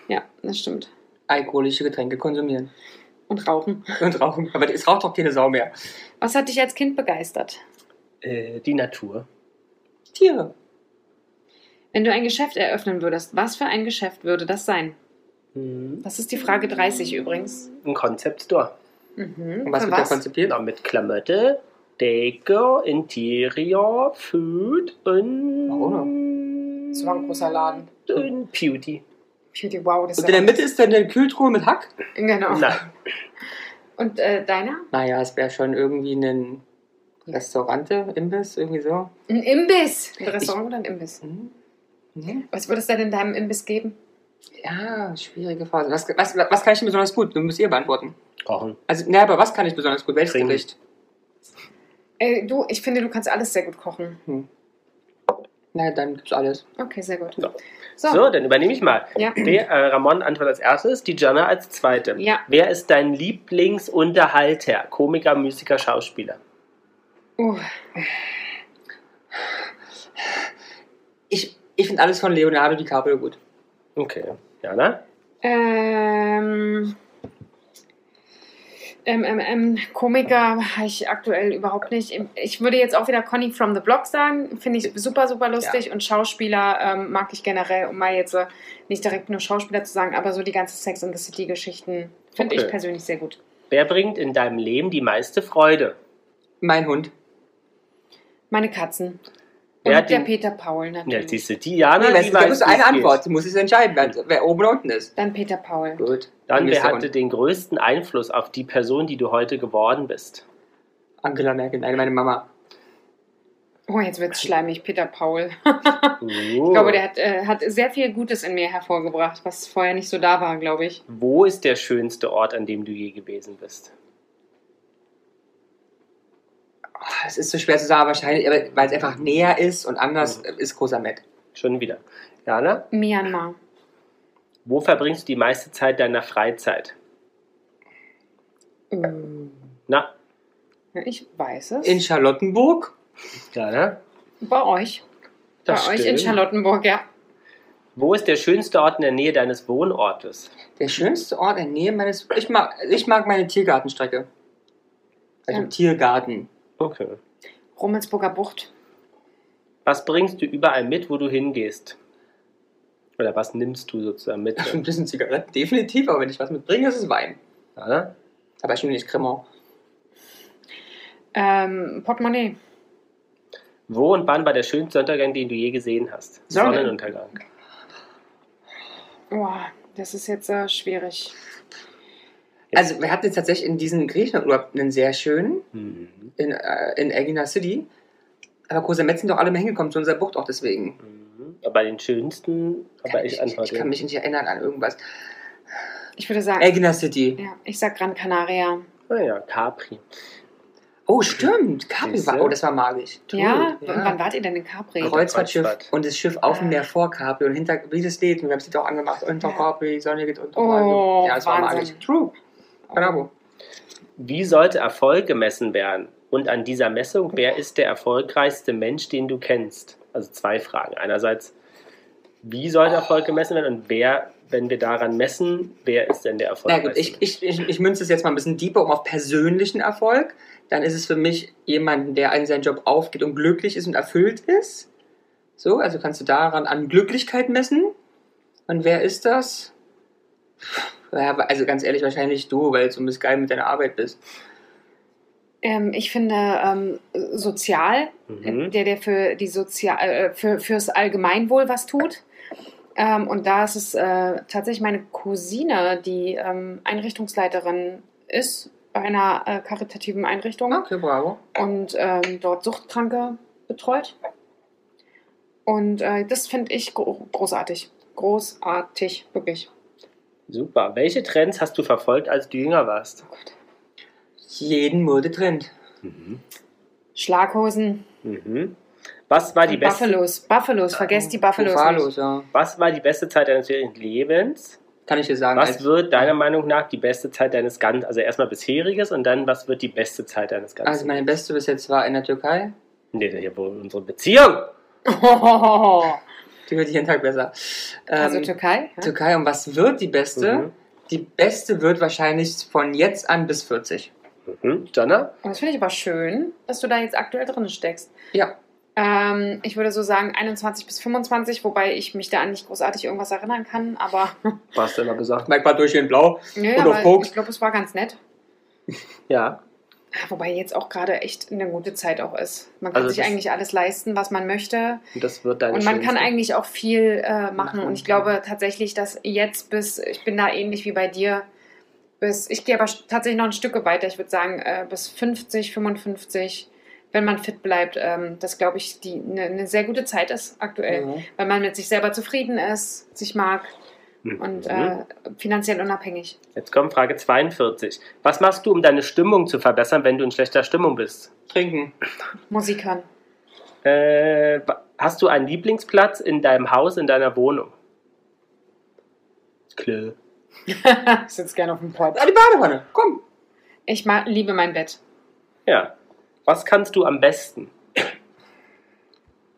Speaker 2: Ja, das stimmt.
Speaker 1: Alkoholische Getränke konsumieren
Speaker 2: Und rauchen.
Speaker 1: und rauchen. Aber es raucht doch keine Sau mehr.
Speaker 2: Was hat dich als Kind begeistert?
Speaker 3: Äh, die Natur.
Speaker 1: Tiere.
Speaker 2: Wenn du ein Geschäft eröffnen würdest, was für ein Geschäft würde das sein?
Speaker 3: Hm,
Speaker 2: Das ist die Frage 30 übrigens.
Speaker 3: Ein Concept Store.
Speaker 2: Mhm.
Speaker 1: Und was
Speaker 2: für
Speaker 1: wird da konzipiert?
Speaker 3: Genau, mit Klamotte, Deko, Interior, Food und.
Speaker 1: Warum?
Speaker 2: Das war ein großer Laden.
Speaker 3: Und Beauty.
Speaker 2: Beauty, wow, das
Speaker 1: Und in der Mitte ist dann eine Kühltruhe mit Hack?
Speaker 2: Genau.
Speaker 3: Nein,
Speaker 2: Und äh, deiner?
Speaker 1: Naja, es wäre schon irgendwie ein Restaurante, Imbiss, irgendwie so.
Speaker 2: Ein Imbiss. Ein Restaurant oder ein Imbiss?
Speaker 1: Hm? Hm?
Speaker 2: Was würde es denn in deinem Imbiss geben?
Speaker 1: Ja, schwierige Phase. Was, was, was kann ich denn besonders gut? Du müsst ihr beantworten.
Speaker 3: kochen.
Speaker 1: Also, naja, aber was kann ich besonders gut? Welches
Speaker 3: Trinken.
Speaker 1: Gericht?
Speaker 2: Äh, du, ich finde, du kannst alles sehr gut kochen.
Speaker 1: Naja, dann gibt's alles.
Speaker 2: Okay, sehr gut.
Speaker 3: So.
Speaker 2: So.
Speaker 3: So. dann übernehme ich mal.
Speaker 2: Ja.
Speaker 3: Wer, äh, Ramon antwortet als erstes, die Jana als zweite.
Speaker 2: Ja.
Speaker 3: Wer ist dein Lieblingsunterhalter? Komiker, Musiker, Schauspieler?
Speaker 2: Uh,
Speaker 1: Ich, ich finde alles von Leonardo DiCaprio gut.
Speaker 3: Okay. Jana?
Speaker 2: ähm, ähm, ähm, ähm, Komiker habe ich aktuell überhaupt nicht. Ich würde jetzt auch wieder Conny from the Block sagen. Finde ich super, super lustig. Und Schauspieler ähm, mag ich generell, um mal jetzt äh, nicht direkt nur Schauspieler zu sagen, aber so die ganze Sex and the City-Geschichten finde
Speaker 3: Okay.
Speaker 2: ich persönlich sehr gut.
Speaker 3: Wer bringt in deinem Leben die meiste Freude?
Speaker 1: Mein Hund.
Speaker 2: Meine Katzen. Und
Speaker 3: Wer hat
Speaker 2: der
Speaker 3: den-
Speaker 2: Peter Paul
Speaker 3: Ja,
Speaker 2: natürlich.
Speaker 3: siehst du, die Jana,
Speaker 1: Nee,
Speaker 3: die
Speaker 1: weißt du, da
Speaker 3: weiß,
Speaker 1: muss
Speaker 3: wie es
Speaker 1: eine
Speaker 3: geht.
Speaker 1: Antwort. Du musst es entscheiden, wer, wer oben und unten ist.
Speaker 2: Dann Peter Paul.
Speaker 1: Gut.
Speaker 3: Dann,
Speaker 1: Mir ist
Speaker 3: wer
Speaker 1: der
Speaker 3: hatte
Speaker 1: Hund.
Speaker 3: den größten Einfluss auf die Person, die du heute geworden bist?
Speaker 1: Angela Merkel, nein, meine Mama.
Speaker 2: Oh, jetzt wird's schleimig, Peter Paul.
Speaker 3: Oh.
Speaker 2: Ich glaube, der hat, äh, hat sehr viel Gutes in mir hervorgebracht, was vorher nicht so da war, glaube ich.
Speaker 3: Wo ist der schönste Ort, an dem du je gewesen bist?
Speaker 1: Ah, Es ist so schwer zu sagen, wahrscheinlich, aber weil es einfach näher ist und anders
Speaker 3: Mhm.
Speaker 1: äh, ist Kosamet.
Speaker 3: Schon wieder. Jana,
Speaker 2: Myanmar.
Speaker 3: wo verbringst du die meiste Zeit deiner Freizeit?
Speaker 2: Ähm,
Speaker 3: Na,
Speaker 2: Ja, Ich weiß es.
Speaker 1: In Charlottenburg?
Speaker 3: ja, ne?
Speaker 2: Bei euch.
Speaker 3: Das
Speaker 2: Bei euch in
Speaker 3: stimmt.
Speaker 2: Charlottenburg, ja.
Speaker 3: Wo ist der schönste Ort in der Nähe deines Wohnortes?
Speaker 1: Der schönste Ort in der Nähe meines. Ich mag, ich mag meine Tiergartenstrecke. Also
Speaker 2: Ja.
Speaker 1: Tiergarten.
Speaker 3: Okay.
Speaker 2: Rummelsburger Bucht.
Speaker 3: Was bringst du überall mit, wo du hingehst? Oder was nimmst du sozusagen mit?
Speaker 1: Ein bisschen Zigaretten, definitiv, aber wenn ich was mitbringe, ist es Wein.
Speaker 3: Ja, ne?
Speaker 1: Aber ich nehme nicht Cremant.
Speaker 2: Ähm, Portemonnaie.
Speaker 3: Wo und wann war der schönste Sonnenuntergang, den du je gesehen hast?
Speaker 1: Sonne-
Speaker 3: Sonnenuntergang.
Speaker 2: Boah, Oh, das ist jetzt äh, schwierig.
Speaker 1: Also, wir hatten jetzt tatsächlich in diesem Griechenlandurlaub einen sehr schönen,
Speaker 3: Mhm.
Speaker 1: in, äh, in Ägina City. Aber große Metz sind doch alle mehr hingekommen zu unserer Bucht auch deswegen.
Speaker 3: Mhm. Aber den schönsten, aber ich,
Speaker 1: ich, ich,
Speaker 3: antworte.
Speaker 1: kann mich nicht erinnern an irgendwas.
Speaker 2: Ich würde sagen,
Speaker 1: Ägina City.
Speaker 2: ja, ich sag Gran Canaria.
Speaker 3: Naja, Ah Capri.
Speaker 1: Oh, stimmt. Capri
Speaker 3: Siehste?
Speaker 1: war. Oh, das war magisch.
Speaker 2: ja?
Speaker 1: ja.
Speaker 2: wann wart ihr denn in Capri?
Speaker 1: Kreuzfahrtschiff
Speaker 3: Kreuzfahrt.
Speaker 1: und das Schiff auf dem
Speaker 2: Ah.
Speaker 1: Meer vor Capri und hinter, wie das lädt. Und wir haben es auch angemacht. Unter
Speaker 2: Ja.
Speaker 1: Capri, Sonne geht unter.
Speaker 2: Oh,
Speaker 1: ja, das war
Speaker 2: Wahnsinn.
Speaker 1: magisch. True. Bravo.
Speaker 3: Wie sollte Erfolg gemessen werden? Und an dieser Messung, wer ist der erfolgreichste Mensch, den du kennst? Also zwei Fragen. Einerseits, wie sollte Erfolg gemessen werden? Und wer, wenn wir daran messen, wer ist denn der
Speaker 1: Na
Speaker 3: erfolgreichste?
Speaker 1: gut, ich,
Speaker 3: Mensch?
Speaker 1: ich, ich, ich münze es jetzt mal ein bisschen deeper um auf persönlichen Erfolg. Dann ist es für mich jemanden, der in seinen Job aufgeht und glücklich ist und erfüllt ist. So, also kannst du daran an Glücklichkeit messen. Und wer ist das? Ja, also ganz ehrlich, wahrscheinlich du, weil du ein bisschen geil mit deiner Arbeit bist.
Speaker 2: Ähm, ich finde ähm, sozial,
Speaker 3: Mhm.
Speaker 2: Äh, der, der für die Sozial, äh, für, fürs Allgemeinwohl was tut. Ähm, und da ist es äh, tatsächlich meine Cousine, die ähm, Einrichtungsleiterin ist bei einer äh, karitativen Einrichtung
Speaker 1: Okay, bravo.
Speaker 2: und ähm, dort Suchtkranke betreut. Und äh, das finde ich gro- großartig. Großartig, wirklich.
Speaker 3: Super. Welche Trends hast du verfolgt, als du jünger warst?
Speaker 1: Jeden Modetrend.
Speaker 3: Mhm.
Speaker 2: Schlaghosen,
Speaker 3: Mhm. Was, war die beste,
Speaker 2: Buffalos, Buffalos, vergesst die Buffalos.
Speaker 1: Buffalos,
Speaker 2: Buffalos.
Speaker 1: ja.
Speaker 3: was war die beste Zeit deines Lebens?
Speaker 1: Kann ich dir sagen.
Speaker 3: Was
Speaker 1: als-
Speaker 3: wird deiner Meinung nach die beste Zeit deines ganzen, also erstmal bisheriges und dann was wird die beste Zeit deines ganzen?
Speaker 1: also meine beste bis jetzt war in der Türkei.
Speaker 3: nee, hier wohl unsere Beziehung.
Speaker 1: Die wird jeden Tag besser. Ähm,
Speaker 2: Also Türkei? Ja?
Speaker 1: Türkei. Und was wird die beste?
Speaker 3: Mhm.
Speaker 1: Die beste wird wahrscheinlich von jetzt an bis 40.
Speaker 3: Mhm. Jonna?
Speaker 2: Und Das finde ich aber schön, dass du da jetzt aktuell drin steckst.
Speaker 1: Ja.
Speaker 2: Ähm, ich würde so sagen 21 bis 25, wobei ich mich da an nicht großartig irgendwas erinnern kann, aber,
Speaker 3: Was denn mal gesagt?
Speaker 1: Mike war durch den Blau.
Speaker 2: nö,
Speaker 1: Und auf
Speaker 2: aber
Speaker 1: Koks.
Speaker 2: ich glaube, es war ganz nett.
Speaker 3: Ja.
Speaker 2: Wobei jetzt auch gerade echt eine gute Zeit auch ist. Man kann
Speaker 3: Also
Speaker 2: sich
Speaker 3: das-
Speaker 2: eigentlich alles leisten, was man möchte.
Speaker 3: Und das wird deine
Speaker 2: Und man kann
Speaker 3: schönste-
Speaker 2: eigentlich auch viel äh, machen.
Speaker 1: Machen,
Speaker 2: Und ich
Speaker 1: ja.
Speaker 2: glaube tatsächlich, dass jetzt bis, ich bin da ähnlich wie bei dir, bis, ich gehe aber sch- tatsächlich noch ein Stück weiter. Ich würde sagen, äh, bis 50, 55, wenn man fit bleibt, ähm, das glaube ich, die eine eine sehr gute Zeit ist aktuell.
Speaker 1: Mhm.
Speaker 2: Weil man mit sich selber zufrieden ist, sich mag
Speaker 3: Mhm.
Speaker 2: und äh, finanziell unabhängig.
Speaker 3: Jetzt kommt Frage 42. Was machst du, um deine Stimmung zu verbessern, wenn du in schlechter Stimmung bist?
Speaker 1: Trinken.
Speaker 2: Musik hören.
Speaker 3: Äh, wa- hast du einen Lieblingsplatz in deinem Haus, in deiner Wohnung? Klö.
Speaker 2: ich sitze gerne auf dem Pott.
Speaker 1: Ah, die Badewanne. Komm.
Speaker 2: Ich ma- liebe mein Bett.
Speaker 3: Ja. Was kannst du am besten?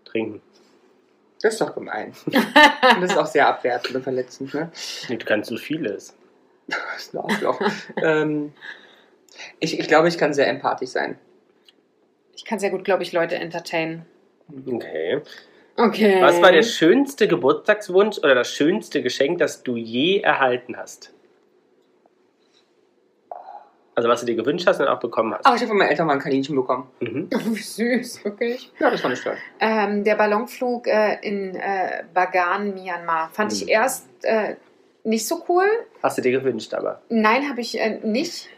Speaker 3: Trinken.
Speaker 1: Das ist doch gemein. Und das ist auch sehr abwertend und verletzend. Ne?
Speaker 3: Nee, du kannst so vieles.
Speaker 1: Das ist ein Arschloch. ähm, ich, ich glaube, ich kann sehr empathisch sein.
Speaker 2: Ich kann sehr gut, glaube ich, Leute entertainen.
Speaker 3: Okay.
Speaker 2: Okay.
Speaker 3: Was war der schönste Geburtstagswunsch oder das schönste Geschenk, das du je erhalten hast? Also was du dir gewünscht hast und auch bekommen hast.
Speaker 1: Ach, ich habe von meinen Eltern mal ein Kaninchen bekommen.
Speaker 2: Oh.
Speaker 3: Mhm.
Speaker 2: Wie süß, wirklich.
Speaker 1: Ja, das war nicht schlecht.
Speaker 2: Ähm, der Ballonflug äh, in äh, Bagan, Myanmar, fand ich
Speaker 3: Mhm.
Speaker 2: erst äh, nicht so cool.
Speaker 3: Hast du dir gewünscht, aber.
Speaker 2: Nein, habe ich äh, nicht.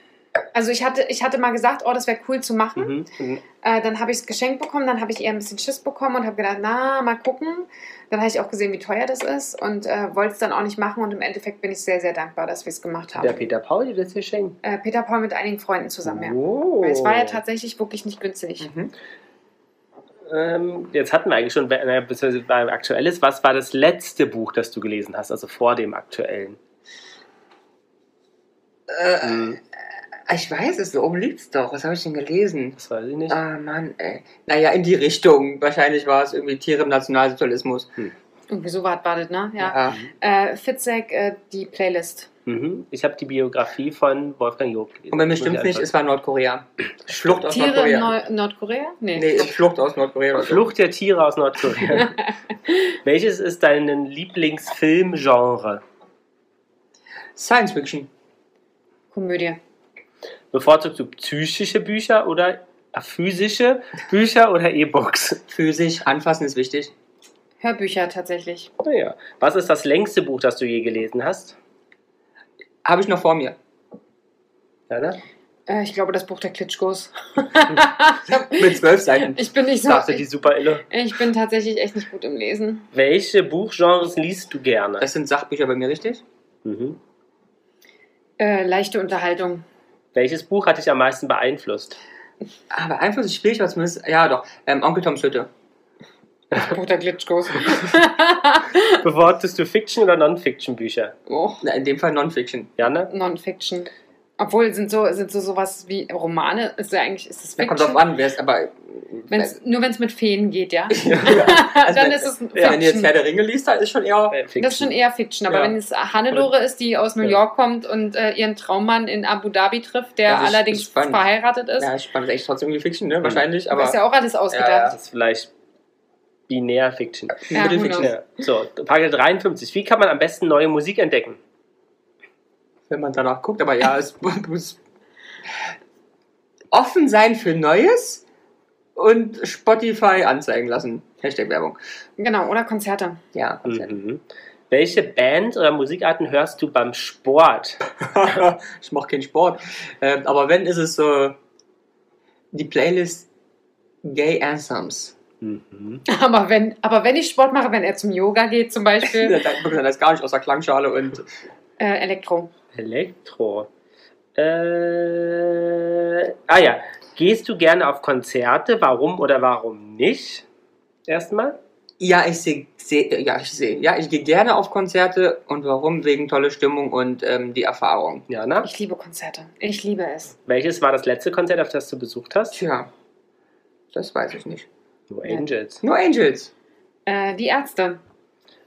Speaker 2: Also ich hatte, ich hatte mal gesagt, oh, das wäre cool zu machen.
Speaker 3: Mhm. Mhm.
Speaker 2: Äh, dann habe ich es geschenkt bekommen, dann habe ich eher ein bisschen Schiss bekommen und habe gedacht, na, mal gucken. Dann habe ich auch gesehen, wie teuer das ist und äh, wollte es dann auch nicht machen. Und im Endeffekt bin ich sehr, sehr dankbar, dass wir es gemacht
Speaker 3: Der
Speaker 2: haben.
Speaker 3: Peter Paul dir das geschenkt.
Speaker 2: Äh, Peter Paul mit einigen Freunden zusammen, ja.
Speaker 3: Oh.
Speaker 2: Weil es war ja tatsächlich wirklich nicht günstig.
Speaker 1: Mhm.
Speaker 3: ähm, jetzt hatten wir eigentlich schon, äh, naja, beziehungsweise beim Aktuelles, was war das letzte Buch, das du gelesen hast, also vor dem aktuellen?
Speaker 1: Äh, Ich weiß es, oben liegt's doch. Was habe ich denn gelesen?
Speaker 3: Das weiß ich
Speaker 2: äh,
Speaker 3: nicht.
Speaker 1: Ah, Mann, ey. Naja, in die Richtung. Wahrscheinlich war es irgendwie Tiere im Nationalsozialismus.
Speaker 2: Irgendwie so war war das, ne? Ja.
Speaker 1: Ja.
Speaker 2: Äh, Fitzek, äh, die Playlist.
Speaker 3: Mhm. Ich habe die Biografie von Wolfgang Job gelesen.
Speaker 1: Und wenn mir
Speaker 3: Muss ich
Speaker 1: stimmt nicht,
Speaker 3: einfach-
Speaker 1: es war Nordkorea. Schlucht aus
Speaker 2: Tiere in
Speaker 1: Nordkorea.
Speaker 2: Neu Nordkorea? Nee.
Speaker 1: Nee, Flucht aus Nordkorea. oder so.
Speaker 3: Flucht der Tiere aus Nordkorea. Welches ist dein Lieblingsfilmgenre?
Speaker 1: Science Fiction.
Speaker 2: Komödie.
Speaker 3: Bevorzugst du psychische Bücher oder physische Bücher oder E-Books?
Speaker 1: Physisch, anfassen ist wichtig.
Speaker 2: Hörbücher tatsächlich.
Speaker 3: Naja. Was ist das längste Buch, das du je gelesen hast?
Speaker 1: Habe ich noch vor mir.
Speaker 3: Ja, ne?
Speaker 2: Äh, ich glaube, das Buch der Klitschkos.
Speaker 1: Mit zwölf Seiten.
Speaker 2: ich bin nicht so.
Speaker 3: Sagte die
Speaker 2: Ich,
Speaker 3: super Ille.
Speaker 2: ich bin tatsächlich echt nicht gut im Lesen.
Speaker 3: Welche Buchgenres liest du gerne?
Speaker 1: Das sind Sachbücher bei mir, richtig?
Speaker 3: mhm.
Speaker 2: Äh, leichte Unterhaltung.
Speaker 3: Welches Buch hat dich am meisten beeinflusst?
Speaker 1: Aber Einfluss ist schwierig, aber zumindest. Ja, doch. Ähm, Onkel Toms Hütte.
Speaker 2: Das Buch der Klitschkos.
Speaker 3: Bevorzugst du Fiction- oder Non-Fiction-Bücher?
Speaker 2: oh,
Speaker 1: Na, in dem Fall Non-Fiction.
Speaker 3: Janne?
Speaker 2: Non-Fiction. Obwohl, sind so, sind so sowas wie Romane, ist ja eigentlich, ist es
Speaker 1: Da
Speaker 2: Fiction.
Speaker 1: kommt drauf an, wer es aber.
Speaker 2: Wenn's, nur wenn es mit Feen geht, ja.
Speaker 1: Also
Speaker 2: Dann
Speaker 1: wenn-
Speaker 2: ist es Fiction.
Speaker 1: Ja, wenn ihr jetzt Herr der Ringe liest, dann ist schon eher.
Speaker 3: Äh, Fiction.
Speaker 2: Das ist schon eher Fiction, aber
Speaker 1: Ja.
Speaker 2: wenn es Hannelore ist, die aus New
Speaker 3: Ja.
Speaker 2: York kommt und äh, ihren Traummann in Abu Dhabi trifft, der
Speaker 1: Das ist-
Speaker 2: allerdings
Speaker 1: ist spannend.
Speaker 2: verheiratet ist,
Speaker 1: Ja, spannend. Echt trotzdem irgendwie Fiction, ne? Wahrscheinlich, aber.
Speaker 2: ist ja auch alles ausgedacht.
Speaker 3: Das ist vielleicht binär Fiction.
Speaker 2: Ja,
Speaker 1: Middle
Speaker 2: who
Speaker 1: Fiction.
Speaker 2: knows.
Speaker 3: Ja. So, Frage 53. Wie kann man am besten neue Musik entdecken?
Speaker 1: Wenn man danach guckt, aber ja, es muss. Offen sein für Neues und Spotify anzeigen lassen. Hashtag Werbung.
Speaker 2: Genau, oder Konzerte.
Speaker 1: Ja, Konzert.
Speaker 3: Mhm. Welche Band oder Musikarten hörst du beim Sport?
Speaker 1: ich mache keinen Sport. Ähm, aber wenn, ist es so. Die Playlist Gay Anthems.
Speaker 3: Mhm.
Speaker 2: Aber wenn, aber wenn ich Sport mache, wenn er zum Yoga geht zum
Speaker 1: da
Speaker 2: Beispiel,
Speaker 1: kommt dann das gar nicht aus der Klangschale und
Speaker 2: äh, Elektro.
Speaker 3: Elektro. Äh, ah ja. Gehst du gerne auf Konzerte? Warum oder warum nicht? Erstmal.
Speaker 1: Ja, ich sehe, seh, ja, ich sehe, ja, ich gehe gerne auf Konzerte und warum? Wegen tolle Stimmung und ähm, die Erfahrung.
Speaker 3: Jana.
Speaker 2: Ich liebe Konzerte. Ich liebe es.
Speaker 3: Welches war das letzte Konzert, auf das du besucht hast?
Speaker 1: Tja, das weiß ich nicht.
Speaker 3: No Angels.
Speaker 1: Nur Angels.
Speaker 2: Äh, die Ärzte.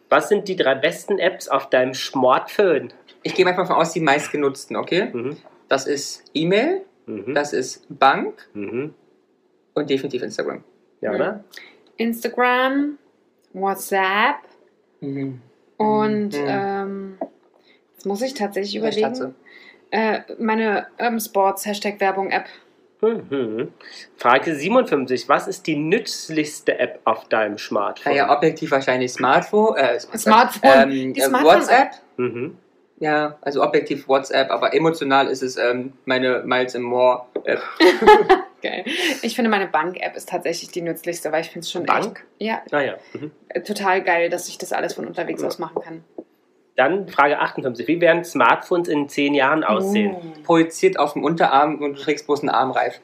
Speaker 3: Was sind die drei besten Apps auf deinem Smartphone?
Speaker 1: Ich gehe einfach von aus, die meistgenutzten, okay?
Speaker 3: Mhm.
Speaker 1: Das ist E-Mail,
Speaker 3: Mhm.
Speaker 1: das ist Bank
Speaker 3: mhm.
Speaker 1: und definitiv Instagram.
Speaker 3: Jana.
Speaker 2: Instagram, WhatsApp und
Speaker 1: Mhm.
Speaker 2: ähm, jetzt muss ich tatsächlich
Speaker 1: Ich überlege.
Speaker 2: überlegen. Äh, meine Urban Sports Hashtag Werbung App.
Speaker 3: Mhm. Frage 57. Was ist die nützlichste App auf deinem Smartphone?
Speaker 1: Naja, objektiv wahrscheinlich Smartphone, äh,
Speaker 2: Smartphone.
Speaker 1: ähm,
Speaker 2: die
Speaker 1: äh,
Speaker 2: Smartphone-
Speaker 1: WhatsApp.
Speaker 3: Mhm.
Speaker 1: Ja, also objektiv WhatsApp, aber emotional ist es ähm, meine Miles and More. äh, App.
Speaker 2: Geil. Ich finde, meine Bank-App ist tatsächlich die nützlichste, weil ich finde es schon
Speaker 3: Bank?
Speaker 2: echt ja,
Speaker 3: Naja. Mhm.
Speaker 2: äh, total geil, dass ich das alles von unterwegs aus machen kann.
Speaker 3: Dann Frage 58. Wie werden Smartphones in 10 Jahren aussehen?
Speaker 2: Mm.
Speaker 1: projiziert auf dem Unterarm und du trägst bloß einen Armreif.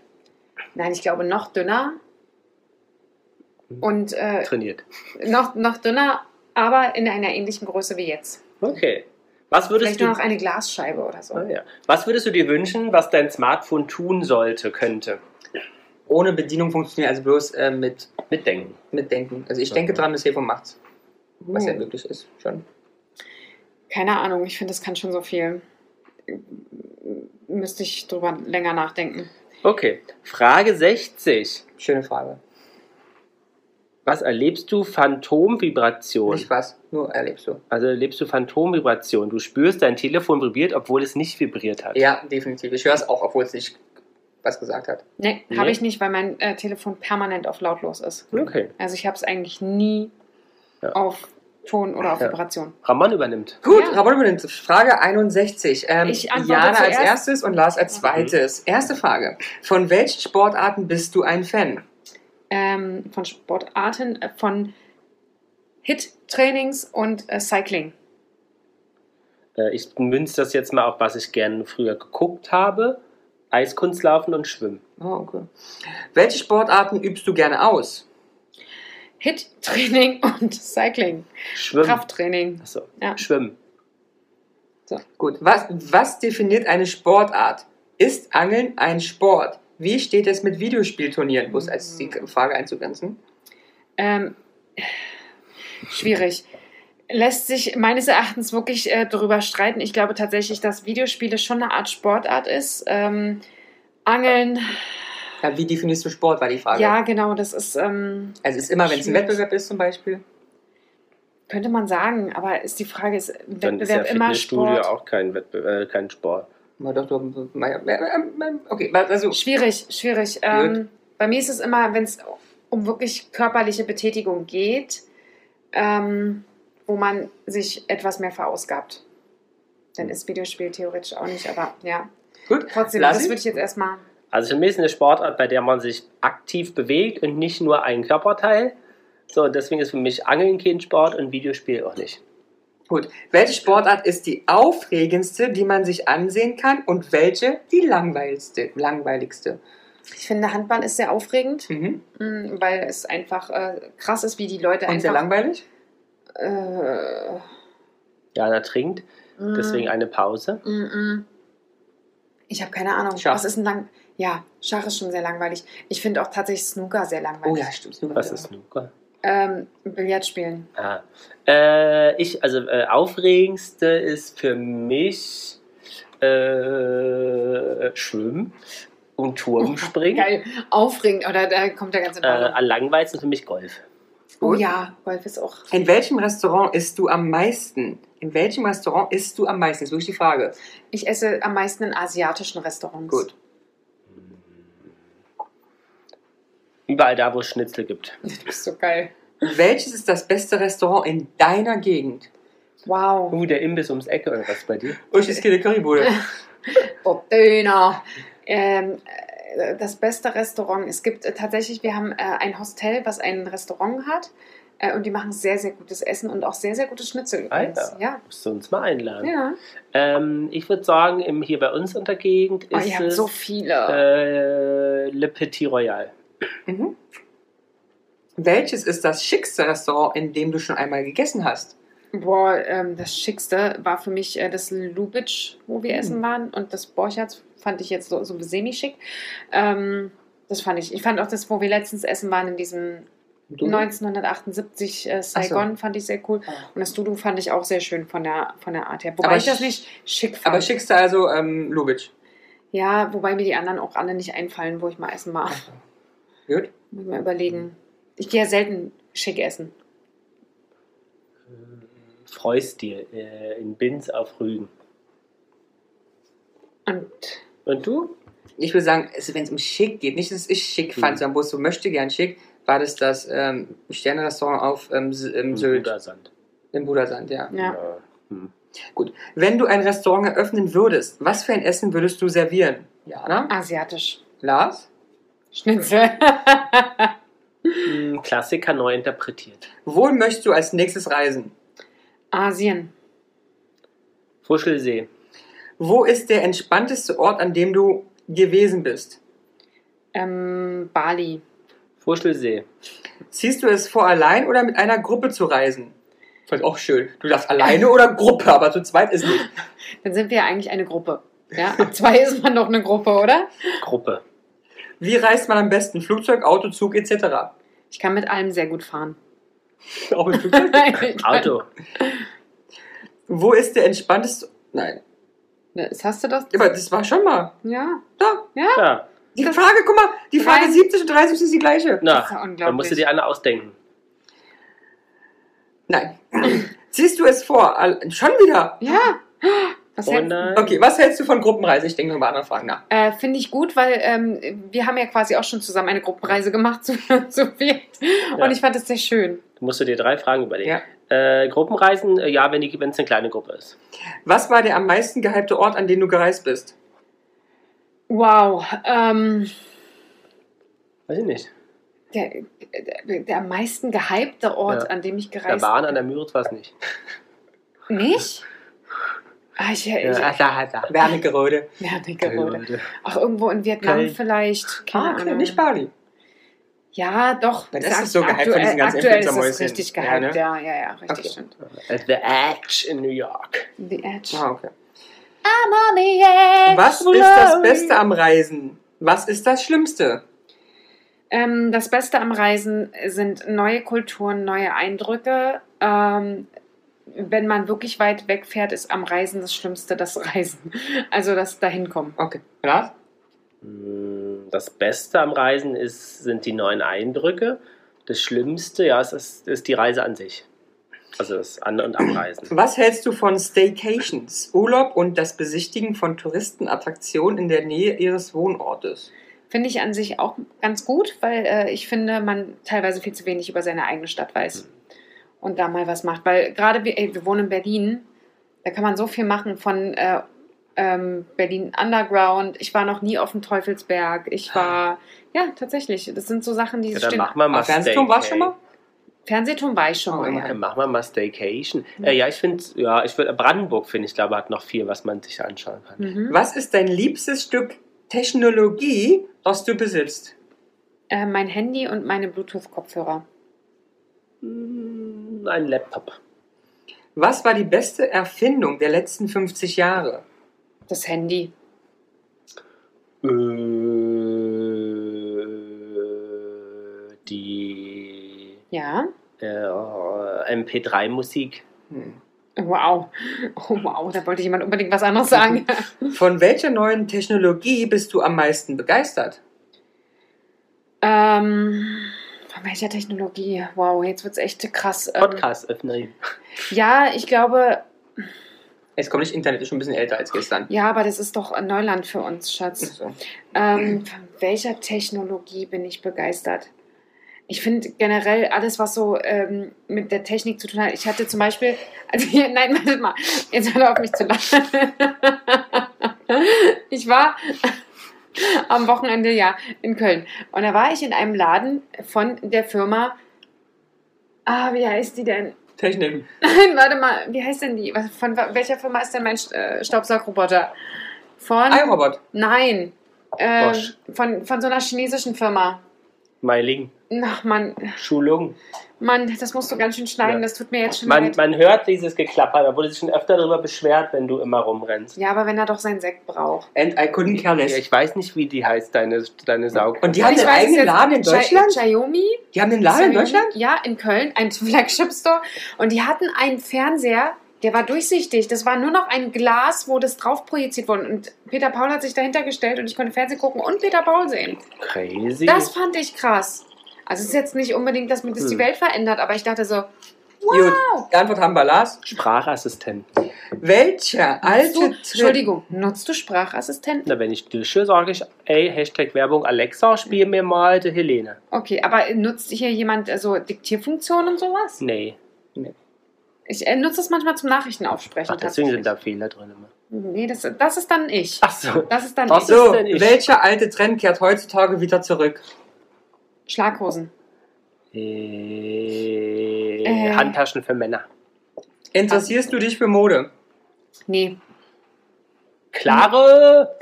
Speaker 2: Nein, ich glaube, noch dünner.
Speaker 3: Mhm.
Speaker 2: Und äh,
Speaker 3: Trainiert.
Speaker 2: noch, noch dünner, aber in einer ähnlichen Größe wie jetzt.
Speaker 3: Okay. Was würdest,
Speaker 2: Vielleicht nur
Speaker 3: du,
Speaker 2: noch eine Glasscheibe oder so.
Speaker 3: naja. was würdest du dir wünschen, was dein Smartphone tun sollte, könnte?
Speaker 1: ohne Bedienung funktioniert, also bloß äh, mit,
Speaker 3: Mitdenken.
Speaker 1: mit Denken. Also ich denke
Speaker 3: Okay.
Speaker 1: dran, das Telefon macht's, was ja
Speaker 2: Hm.
Speaker 1: möglich ist schon.
Speaker 2: Keine Ahnung, ich finde, das kann schon so viel. Müsste ich drüber länger nachdenken.
Speaker 3: Okay. Frage 60.
Speaker 1: Schöne Frage.
Speaker 3: Was erlebst du Phantomvibration?
Speaker 1: Nicht was, nur erlebst du.
Speaker 3: Also erlebst du Phantomvibration. Du spürst, dein Telefon vibriert, obwohl es nicht vibriert hat.
Speaker 1: Ja, definitiv. Ich höre es auch, obwohl es nicht was gesagt hat.
Speaker 2: Nee,
Speaker 3: Nee.
Speaker 2: habe ich nicht, weil mein äh, Telefon permanent auf lautlos ist.
Speaker 3: Okay.
Speaker 2: Also ich habe es eigentlich nie
Speaker 3: Ja.
Speaker 2: auf Ton oder auf
Speaker 3: Ja.
Speaker 2: Vibration.
Speaker 3: Ramon übernimmt.
Speaker 1: Gut,
Speaker 2: Ja.
Speaker 1: Ramon übernimmt Frage 61. Ähm,
Speaker 2: Ich antworte
Speaker 1: Jana als
Speaker 2: zuerst.
Speaker 1: erstes und Lars als
Speaker 2: Mhm.
Speaker 1: zweites. Erste Frage. Von welchen Sportarten bist du ein Fan?
Speaker 2: Ähm, von Sportarten, äh, von Hit-Trainings und äh, Cycling.
Speaker 3: Äh, Ich münze das jetzt mal auf, was ich gerne früher geguckt habe. Eiskunstlaufen und Schwimmen.
Speaker 1: Oh, okay. Welche Sportarten übst du gerne aus?
Speaker 2: Hit-Training und Cycling.
Speaker 3: Schwimmen.
Speaker 2: Krafttraining.
Speaker 3: Achso,
Speaker 2: Ja.
Speaker 3: Schwimmen.
Speaker 1: So, gut. Was, was definiert eine Sportart? Ist Angeln ein Sport? Wie steht es mit Videospielturnieren? Bloß als die
Speaker 2: Mhm.
Speaker 1: Frage einzugrenzen.
Speaker 2: Ähm, schwierig. Lässt sich meines Erachtens wirklich äh, darüber streiten. Ich glaube tatsächlich, dass Videospiele schon eine Art Sportart ist. Ähm, Angeln,
Speaker 1: Ja, wie definierst du Sport, war die
Speaker 3: Ah,
Speaker 1: Frage.
Speaker 2: ja genau, das ist, ähm,
Speaker 1: Also es ist immer, wenn es ein
Speaker 2: Schwierig.
Speaker 1: Wettbewerb ist zum Beispiel.
Speaker 2: könnte man sagen, aber ist die Frage, ist im
Speaker 3: Dann ist ja
Speaker 2: Wettbewerb immer
Speaker 3: Fitnessstudio
Speaker 2: Sport?
Speaker 3: auch kein, Wettbe äh, kein Sport.
Speaker 1: Na doch, du, okay, also
Speaker 2: Schwierig, schwierig. Ähm, bei mir ist es immer, wenn es um wirklich körperliche Betätigung geht, ähm, wo man sich etwas mehr verausgabt.
Speaker 3: Hm.
Speaker 2: Dann ist Videospiel theoretisch auch nicht, aber ja.
Speaker 1: gut.
Speaker 2: Trotzdem,
Speaker 1: Lass
Speaker 2: das
Speaker 1: ihn.
Speaker 2: würde ich jetzt erstmal.
Speaker 3: Also für mich ist eine Sportart, bei der man sich aktiv bewegt und nicht nur einen Körperteil. So, und deswegen ist für mich Angeln kein Sport und Videospiel auch nicht.
Speaker 1: Gut. Welche Sportart ist die aufregendste, die man sich ansehen kann und welche die langweiligste? langweiligste?
Speaker 2: Ich finde, Handball ist sehr aufregend,
Speaker 1: Mhm.
Speaker 2: mh, weil es einfach äh, krass ist, wie die Leute
Speaker 1: Und sehr
Speaker 2: einfach.
Speaker 1: langweilig?
Speaker 2: äh,
Speaker 3: Jana trinkt,
Speaker 2: mh,
Speaker 3: deswegen eine Pause.
Speaker 2: Mm -mm. Ich habe keine Ahnung.
Speaker 1: Schach.
Speaker 2: Was ist denn lang? Ja, Schach ist schon sehr langweilig. Ich finde auch tatsächlich Snooker sehr langweilig.
Speaker 1: Oh ja, stimmt.
Speaker 3: Was ist Snooker?
Speaker 2: Ähm, Billard spielen.
Speaker 3: Ah. Äh, ich, also äh, aufregendste ist für mich äh, Schwimmen und Turmspringen.
Speaker 2: Geil. Aufregend, oder da kommt der ganze
Speaker 3: äh,
Speaker 2: Ball.
Speaker 3: am langweiligsten für mich Golf.
Speaker 2: oh
Speaker 1: gut.
Speaker 2: ja, Golf ist auch.
Speaker 1: In welchem Restaurant isst du am meisten? In welchem Restaurant isst du am meisten? Das ist wirklich die Frage.
Speaker 2: Ich esse am meisten in asiatischen Restaurants.
Speaker 1: Gut.
Speaker 3: Überall da, wo es Schnitzel gibt.
Speaker 2: Du bist so geil.
Speaker 1: Welches ist das beste Restaurant in deiner Gegend?
Speaker 2: Wow.
Speaker 3: Uh, der Imbiss ums Ecke oder was bei dir?
Speaker 1: Oh, ich esse keine Currybude.
Speaker 2: Bob Döner. Ähm, äh, das beste Restaurant. Es gibt äh, tatsächlich, wir haben äh, ein Hostel, was ein Restaurant hat. Äh, und die machen sehr, sehr gutes Essen und auch sehr, sehr gute Schnitzel. übrigens.
Speaker 3: Alter.
Speaker 2: Ja.
Speaker 3: Musst du uns mal einladen.
Speaker 2: Ja.
Speaker 3: Ähm, ich würde sagen, im, hier bei uns in der Gegend
Speaker 2: Oh,
Speaker 3: ist
Speaker 2: ihr habt
Speaker 3: es
Speaker 2: so viele.
Speaker 3: äh, Le Petit Royal.
Speaker 1: Mhm. Welches ist das schickste Restaurant, in dem du schon einmal gegessen hast?
Speaker 2: Boah, ähm, das Schickste war für mich äh, das Lubitsch, wo wir
Speaker 1: Mhm.
Speaker 2: essen waren. Und das Borchards fand ich jetzt so, so semi-schick. Ähm, das fand ich. Ich fand auch das, wo wir letztens essen waren, in diesem
Speaker 1: Du?
Speaker 2: 1978 äh, Saigon, fand ich sehr cool.
Speaker 1: Ah.
Speaker 2: Und das Dudu fand ich auch sehr schön von der, von der Art her. Wobei
Speaker 1: Aber
Speaker 2: ich das
Speaker 1: sch-
Speaker 2: nicht schick fand.
Speaker 1: Aber schickste also ähm, Lubitsch.
Speaker 2: Ja, wobei mir die anderen auch alle nicht einfallen, wo ich mal essen war.
Speaker 1: Gut.
Speaker 2: Muss ich mal überlegen. Ich gehe ja selten schick essen.
Speaker 3: Freustil äh, in Binz auf Rügen.
Speaker 2: Und
Speaker 3: Und du?
Speaker 1: Ich würde sagen, also wenn es um schick geht, nicht, dass ich schick fand,
Speaker 3: Mhm.
Speaker 1: sondern bloß so möchte gern schick, war das das ähm, Sternenrestaurant auf ähm, S- im Sylt,
Speaker 3: Rudersand.
Speaker 1: im Budasand, ja.
Speaker 2: ja.
Speaker 3: Hm.
Speaker 1: Wenn du ein Restaurant eröffnen würdest, was für ein Essen würdest du servieren? Jana?
Speaker 2: asiatisch.
Speaker 1: Lars?
Speaker 2: Schnitzel.
Speaker 3: Hm, Klassiker neu interpretiert.
Speaker 1: Wohin möchtest du als nächstes reisen?
Speaker 2: Asien.
Speaker 3: Fuschelsee.
Speaker 1: Wo ist der entspannteste Ort, an dem du gewesen bist?
Speaker 2: Ähm, Bali.
Speaker 3: Fuschelsee.
Speaker 1: Ziehst du es vor, allein oder mit einer Gruppe zu reisen? Fand ich auch schön. Du darfst alleine oder Gruppe, aber zu zweit ist nicht.
Speaker 2: Dann sind wir ja eigentlich eine Gruppe. Ja, ab zwei ist man doch eine Gruppe, oder?
Speaker 3: Gruppe.
Speaker 1: Wie reist man am besten? Flugzeug, Auto, Zug etc.
Speaker 2: Ich kann mit allem sehr gut fahren.
Speaker 1: Auch mit Flugzeug?
Speaker 2: Ich kann-
Speaker 3: Auto.
Speaker 1: Wo ist der entspannteste. Nein.
Speaker 2: Ne, jetzt Hast du das?
Speaker 1: Aber das war schon mal.
Speaker 2: Ja.
Speaker 1: Da.
Speaker 3: Ja.
Speaker 1: Die Frage, guck mal, die Frage
Speaker 2: Nein.
Speaker 1: 70 und 30 ist die gleiche.
Speaker 2: Das ist ja
Speaker 3: Na,
Speaker 2: unglaublich.
Speaker 3: dann musst du dir eine ausdenken.
Speaker 1: Nein. Siehst du es vor? Al- Schon wieder.
Speaker 2: Ja. Was
Speaker 3: Oh
Speaker 2: hältst-
Speaker 3: nein.
Speaker 1: Okay, was hältst du von Gruppenreise? Ich denke noch bei anderen Fragen nach.
Speaker 2: Äh, Finde ich gut, weil ähm, wir haben ja quasi auch schon zusammen eine Gruppenreise gemacht zu, zu viert. Und
Speaker 3: Ja.
Speaker 2: ich fand das sehr schön.
Speaker 3: Da musst du dir drei Fragen überlegen. Äh, Gruppenreisen, äh, ja, wenn es eine kleine Gruppe ist.
Speaker 1: Was war der am meisten gehypte Ort, an den du gereist bist?
Speaker 2: Wow. Ähm,
Speaker 3: Weiß ich nicht.
Speaker 2: der, der, der am meisten gehypte Ort,
Speaker 3: Ja.
Speaker 2: an dem ich
Speaker 3: Der
Speaker 2: gereist
Speaker 3: Bahn an der Müritz war es nicht.
Speaker 2: Nicht? Ah, ich, ich,
Speaker 3: Ja.
Speaker 1: da, da. Wernigerode.
Speaker 2: Ja, Nickelrode. Auch irgendwo in Vietnam
Speaker 3: Köln.
Speaker 2: vielleicht. Keine
Speaker 1: Ah,
Speaker 2: Ahnung.
Speaker 1: okay, nicht Bali.
Speaker 2: Ja, doch.
Speaker 1: Weil
Speaker 2: Ich
Speaker 1: das
Speaker 2: sag,
Speaker 1: ist so gehypt von
Speaker 2: aktuell-
Speaker 1: diesen ganzen
Speaker 2: Aktuell ist das
Speaker 1: Influencer-Mäuschen.
Speaker 2: richtig
Speaker 1: Ja,
Speaker 2: gehypt.
Speaker 1: ne?
Speaker 2: Ja, ja, ja, richtig
Speaker 3: Äh,
Speaker 1: Okay.
Speaker 2: stimmt.
Speaker 3: At the Edge in New York.
Speaker 2: The Edge.
Speaker 1: Ah, okay. Was ist das Beste am Reisen? Was ist das Schlimmste?
Speaker 2: Ähm, das Beste am Reisen sind neue Kulturen, neue Eindrücke. Ähm, wenn man wirklich weit wegfährt, ist am Reisen das Schlimmste das Reisen. Also das Dahinkommen.
Speaker 1: Okay. Lars?
Speaker 3: Mm, Das Beste am Reisen ist, sind die neuen Eindrücke. Das Schlimmste, ja, es ist, ist die Reise an sich. Also das An- und Abreisen.
Speaker 1: Was hältst du von Staycations, Urlaub und das Besichtigen von Touristenattraktionen in der Nähe ihres Wohnortes?
Speaker 2: Finde ich an sich auch ganz gut, weil äh, ich finde, man teilweise viel zu wenig über seine eigene Stadt weiß und da mal was macht. Weil gerade wir, ey, wir wohnen in Berlin, da kann man so viel machen von äh, ähm, Berlin Underground. Ich war noch nie auf dem Teufelsberg. Ich war, ja, tatsächlich. Das sind so Sachen, die
Speaker 3: Ja, dann
Speaker 2: stehen.
Speaker 3: machen wir mal
Speaker 1: Am Fernsehturm warst du schon mal?
Speaker 2: Fernsehturm war ich schon
Speaker 1: Oh,
Speaker 2: mal.
Speaker 1: ja.
Speaker 3: Dann machen wir mal Staycation. Äh, ja, ich finde, ja, ich würde Brandenburg finde ich, glaube hat noch viel, was man sich anschauen kann.
Speaker 2: Mhm.
Speaker 1: Was ist dein liebstes Stück Technologie, das du besitzt?
Speaker 2: Äh, mein Handy und meine Bluetooth-Kopfhörer.
Speaker 3: Mm, Ein Laptop.
Speaker 1: Was war die beste Erfindung der letzten 50 Jahre?
Speaker 2: Das Handy.
Speaker 3: Äh, die
Speaker 2: Ja.
Speaker 3: äh, MP3-Musik.
Speaker 1: Hm.
Speaker 2: Wow. Oh, wow. Da wollte jemand unbedingt was anderes sagen.
Speaker 1: Von welcher neuen Technologie bist du am meisten begeistert?
Speaker 2: ähm, von welcher Technologie? Wow, jetzt wird's echt krass. Ähm,
Speaker 3: Podcast öffnen.
Speaker 2: Ja, ich glaube,
Speaker 1: Jetzt komme ich Internet, ist schon ein bisschen älter als gestern.
Speaker 2: ja, aber das ist doch Neuland für uns, Schatz.
Speaker 1: So.
Speaker 2: Ähm, von welcher Technologie bin ich begeistert? Ich finde generell alles, was so ähm, mit der Technik zu tun hat. Ich hatte zum Beispiel. Also, hier- nein, wartet mal. Jetzt hört auf mich zu lachen. Ich war am Wochenende ja in Köln. Und da war ich in einem Laden von der Firma. Ah, wie heißt die denn?
Speaker 1: Technik.
Speaker 2: Nein, warte mal. Wie heißt denn die? Was- Von welcher Firma ist denn mein äh, Staubsaugroboter? Von.
Speaker 1: iRobot.
Speaker 2: Nein. Ähm,
Speaker 3: Bosch.
Speaker 2: von, von so einer chinesischen Firma.
Speaker 3: Meiling.
Speaker 2: Ach Mann,
Speaker 3: Schulung.
Speaker 2: Mann, das musst du ganz schön schneiden,
Speaker 3: Ja.
Speaker 2: das tut mir jetzt schon
Speaker 3: Man,
Speaker 2: leid.
Speaker 3: man hört dieses Geklapper. Da wurde sich schon öfter darüber beschwert, wenn du immer rumrennst.
Speaker 2: Ja, aber wenn er doch seinen Sekt braucht.
Speaker 1: And I couldn't care
Speaker 3: Ja,
Speaker 1: less.
Speaker 3: ich weiß nicht, wie die heißt, deine, deine Saug.
Speaker 1: Und die haben
Speaker 2: Ich
Speaker 1: einen
Speaker 2: weiß es
Speaker 1: eigenen
Speaker 2: jetzt-
Speaker 1: Laden in
Speaker 2: Chai-
Speaker 1: Deutschland?
Speaker 2: Xiaomi?
Speaker 1: Die haben einen Laden in
Speaker 2: Xiaomi?
Speaker 1: Deutschland?
Speaker 2: Ja, in Köln, ein Flagship Store. Und die hatten einen Fernseher, der war durchsichtig. Das war nur noch ein Glas, wo das drauf projiziert wurde. Und Peter Paul hat sich dahinter gestellt und ich konnte Fernsehen gucken und Peter Paul sehen.
Speaker 3: Crazy.
Speaker 2: Das fand ich krass. Also es ist jetzt nicht unbedingt, dass mir das die
Speaker 3: Hm.
Speaker 2: Welt verändert, aber ich dachte so,
Speaker 1: Gut, die Antwort haben wir, Lars.
Speaker 3: Sprachassistent.
Speaker 1: Welcher alte
Speaker 2: nutzt du,
Speaker 1: Trick-
Speaker 2: Entschuldigung, nutzt du Sprachassistenten?
Speaker 3: Na, wenn ich dusche, sage ich, ey, Hashtag Werbung Alexa, spiel mir mal die Helene.
Speaker 2: Okay, aber nutzt hier jemand äh, so Diktierfunktionen und sowas?
Speaker 3: Nee.
Speaker 2: Ich äh, nutze das manchmal zum Nachrichtenaufsprechen.
Speaker 3: Ach, deswegen sind da
Speaker 2: tatsächlich.
Speaker 3: Fehler drin. immer.
Speaker 2: Nee, das, das ist dann ich.
Speaker 3: Ach so.
Speaker 2: Das ist dann
Speaker 3: Ach
Speaker 2: ich.
Speaker 1: So,
Speaker 3: denn ich?
Speaker 1: welcher alte Trend kehrt heutzutage wieder zurück?
Speaker 2: Schlaghosen.
Speaker 3: Äh,
Speaker 2: Äh.
Speaker 3: Handtaschen für Männer.
Speaker 1: Interessierst du dich für Mode?
Speaker 2: Nee.
Speaker 3: Klare.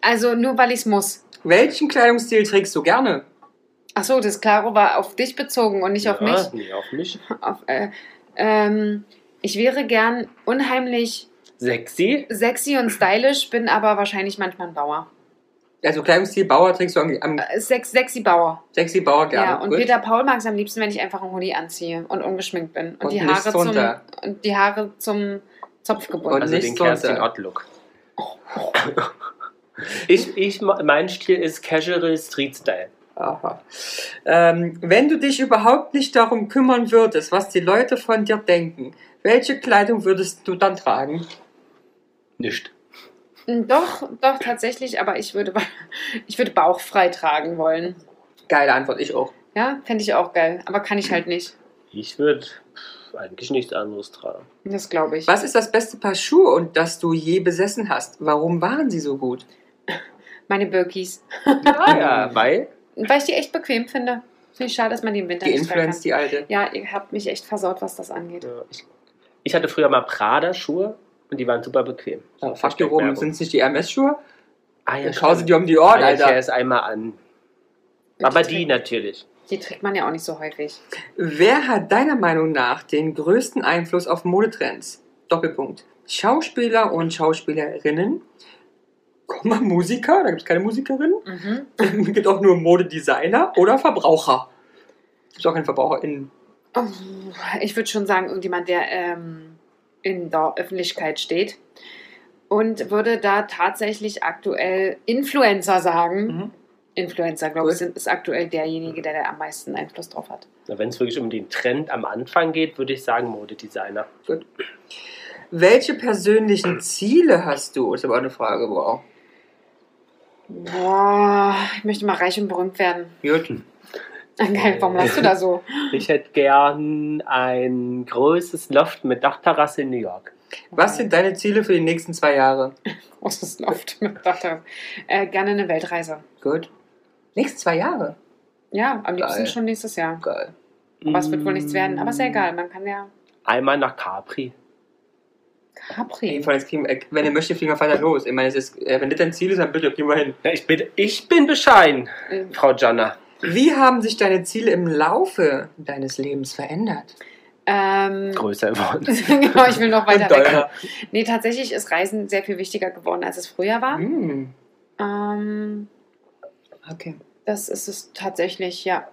Speaker 2: Also nur weil ich es muss.
Speaker 1: Welchen Kleidungsstil trägst du gerne?
Speaker 2: Achso, das Klaro war auf dich bezogen und nicht auf
Speaker 3: Ja,
Speaker 2: mich.
Speaker 3: Nee, auf mich.
Speaker 2: Auf, äh, ähm, ich wäre gern unheimlich
Speaker 3: Sexy.
Speaker 2: sexy und stylisch, bin aber wahrscheinlich manchmal ein Bauer.
Speaker 1: Also Kleidungsstil Bauer trägst du am, am
Speaker 2: Äh, sex, sexy Bauer.
Speaker 1: sexy Bauer
Speaker 2: Ja,
Speaker 1: gerne.
Speaker 2: und
Speaker 1: Gut.
Speaker 2: Peter Paul mag es am liebsten, wenn ich einfach einen Hoodie anziehe und ungeschminkt bin. Und,
Speaker 1: Und
Speaker 2: die,
Speaker 1: nichts
Speaker 2: Haare zum,
Speaker 1: drunter.
Speaker 2: und die Haare zum Zopf gebunden.
Speaker 1: Und
Speaker 3: Also den
Speaker 1: nicht so
Speaker 3: Kerstin
Speaker 1: sehr.
Speaker 3: Ott Look. Ich, ich, mein Stil ist Casual Street Style.
Speaker 1: Aha. Ähm, wenn du dich überhaupt nicht darum kümmern würdest, was die Leute von dir denken, welche Kleidung würdest du dann tragen?
Speaker 3: Nicht.
Speaker 2: Doch, doch, tatsächlich, aber ich würde, ich würde bauchfrei tragen wollen.
Speaker 1: Geile Antwort, ich auch.
Speaker 2: Ja, fände ich auch geil, aber kann ich halt nicht.
Speaker 3: Ich würde eigentlich nichts anderes tragen.
Speaker 2: Das glaube ich.
Speaker 1: Was ist das beste Paar Schuhe, und das du je besessen hast? Warum waren sie so gut?
Speaker 2: Meine Birkis.
Speaker 3: Ah ja, weil
Speaker 2: Weil ich die echt bequem finde. Finde ich schade, dass man die im Winter
Speaker 1: Die
Speaker 2: nicht tragen
Speaker 1: Influence,
Speaker 2: kann.
Speaker 1: die alte.
Speaker 2: Ja, ihr habt mich echt versaut, was das angeht.
Speaker 3: Ja, ich, ich hatte früher mal Prada-Schuhe und die waren super bequem.
Speaker 1: Oh, fuck die rum, sind es nicht die Hermes-Schuhe?
Speaker 3: Ah ja,
Speaker 1: Ich hau sie dir um die Ohren,
Speaker 3: Alter.
Speaker 1: Alter.
Speaker 3: erst einmal an. Aber
Speaker 2: trägt-
Speaker 3: die natürlich.
Speaker 1: ne-
Speaker 2: Die trägt man ja auch nicht so häufig.
Speaker 1: Wer hat deiner Meinung nach den größten Einfluss auf Modetrends? Doppelpunkt. Schauspieler und Schauspielerinnen, Komma Musiker, da gibt es keine Musikerinnen,
Speaker 2: Mhm.
Speaker 1: es gibt auch nur Modedesigner oder Verbraucher. Gibt auch keinen Verbraucher in.
Speaker 2: Oh, Ich würde schon sagen, irgendjemand, der ähm, in der Öffentlichkeit steht. Und würde da tatsächlich aktuell Influencer sagen.
Speaker 1: Mhm.
Speaker 2: Influencer, glaube ich, sind, ist aktuell derjenige, der da am meisten Einfluss drauf hat.
Speaker 3: Wenn es wirklich um den Trend am Anfang geht, würde ich sagen Modedesigner.
Speaker 1: Welche persönlichen Ziele hast du? Ist aber auch eine Frage, wow.
Speaker 2: Boah, ich möchte mal reich und berühmt werden.
Speaker 1: Gut.
Speaker 2: Geil, warum lachst du da so?
Speaker 3: Ich hätte gern ein großes Loft mit Dachterrasse in New York.
Speaker 1: Was sind deine Ziele für die nächsten zwei Jahre?
Speaker 2: Großes Loft. Ich dachte, äh, gerne eine Weltreise.
Speaker 1: Gut. Nächsten zwei Jahre?
Speaker 2: Ja, am liebsten
Speaker 1: Geil.
Speaker 2: schon nächstes Jahr.
Speaker 1: Geil.
Speaker 2: Aber es wird wohl nichts werden. Aber ist ja egal, man kann ja
Speaker 3: Mm, Einmal nach Capri.
Speaker 2: Capri.
Speaker 1: Jedenfalls kriegen, äh, wenn ihr möchtet, fliegen wir weiter los. Ich meine, es ist, äh, wenn das dein Ziel ist, dann bitte kriegen wir hin.
Speaker 3: Ja, ich, bin, ich bin bescheiden,
Speaker 2: Äh,
Speaker 3: Frau Janna.
Speaker 1: Wie haben sich deine Ziele im Laufe deines Lebens verändert?
Speaker 2: Ähm,
Speaker 3: Größer geworden.
Speaker 2: genau, ich will noch weiter
Speaker 1: Und
Speaker 2: weg.
Speaker 1: deiner?
Speaker 2: Nee, tatsächlich ist Reisen sehr viel wichtiger geworden, als es früher war.
Speaker 1: Hm,
Speaker 2: Ähm,
Speaker 1: okay.
Speaker 2: das ist es tatsächlich, ja.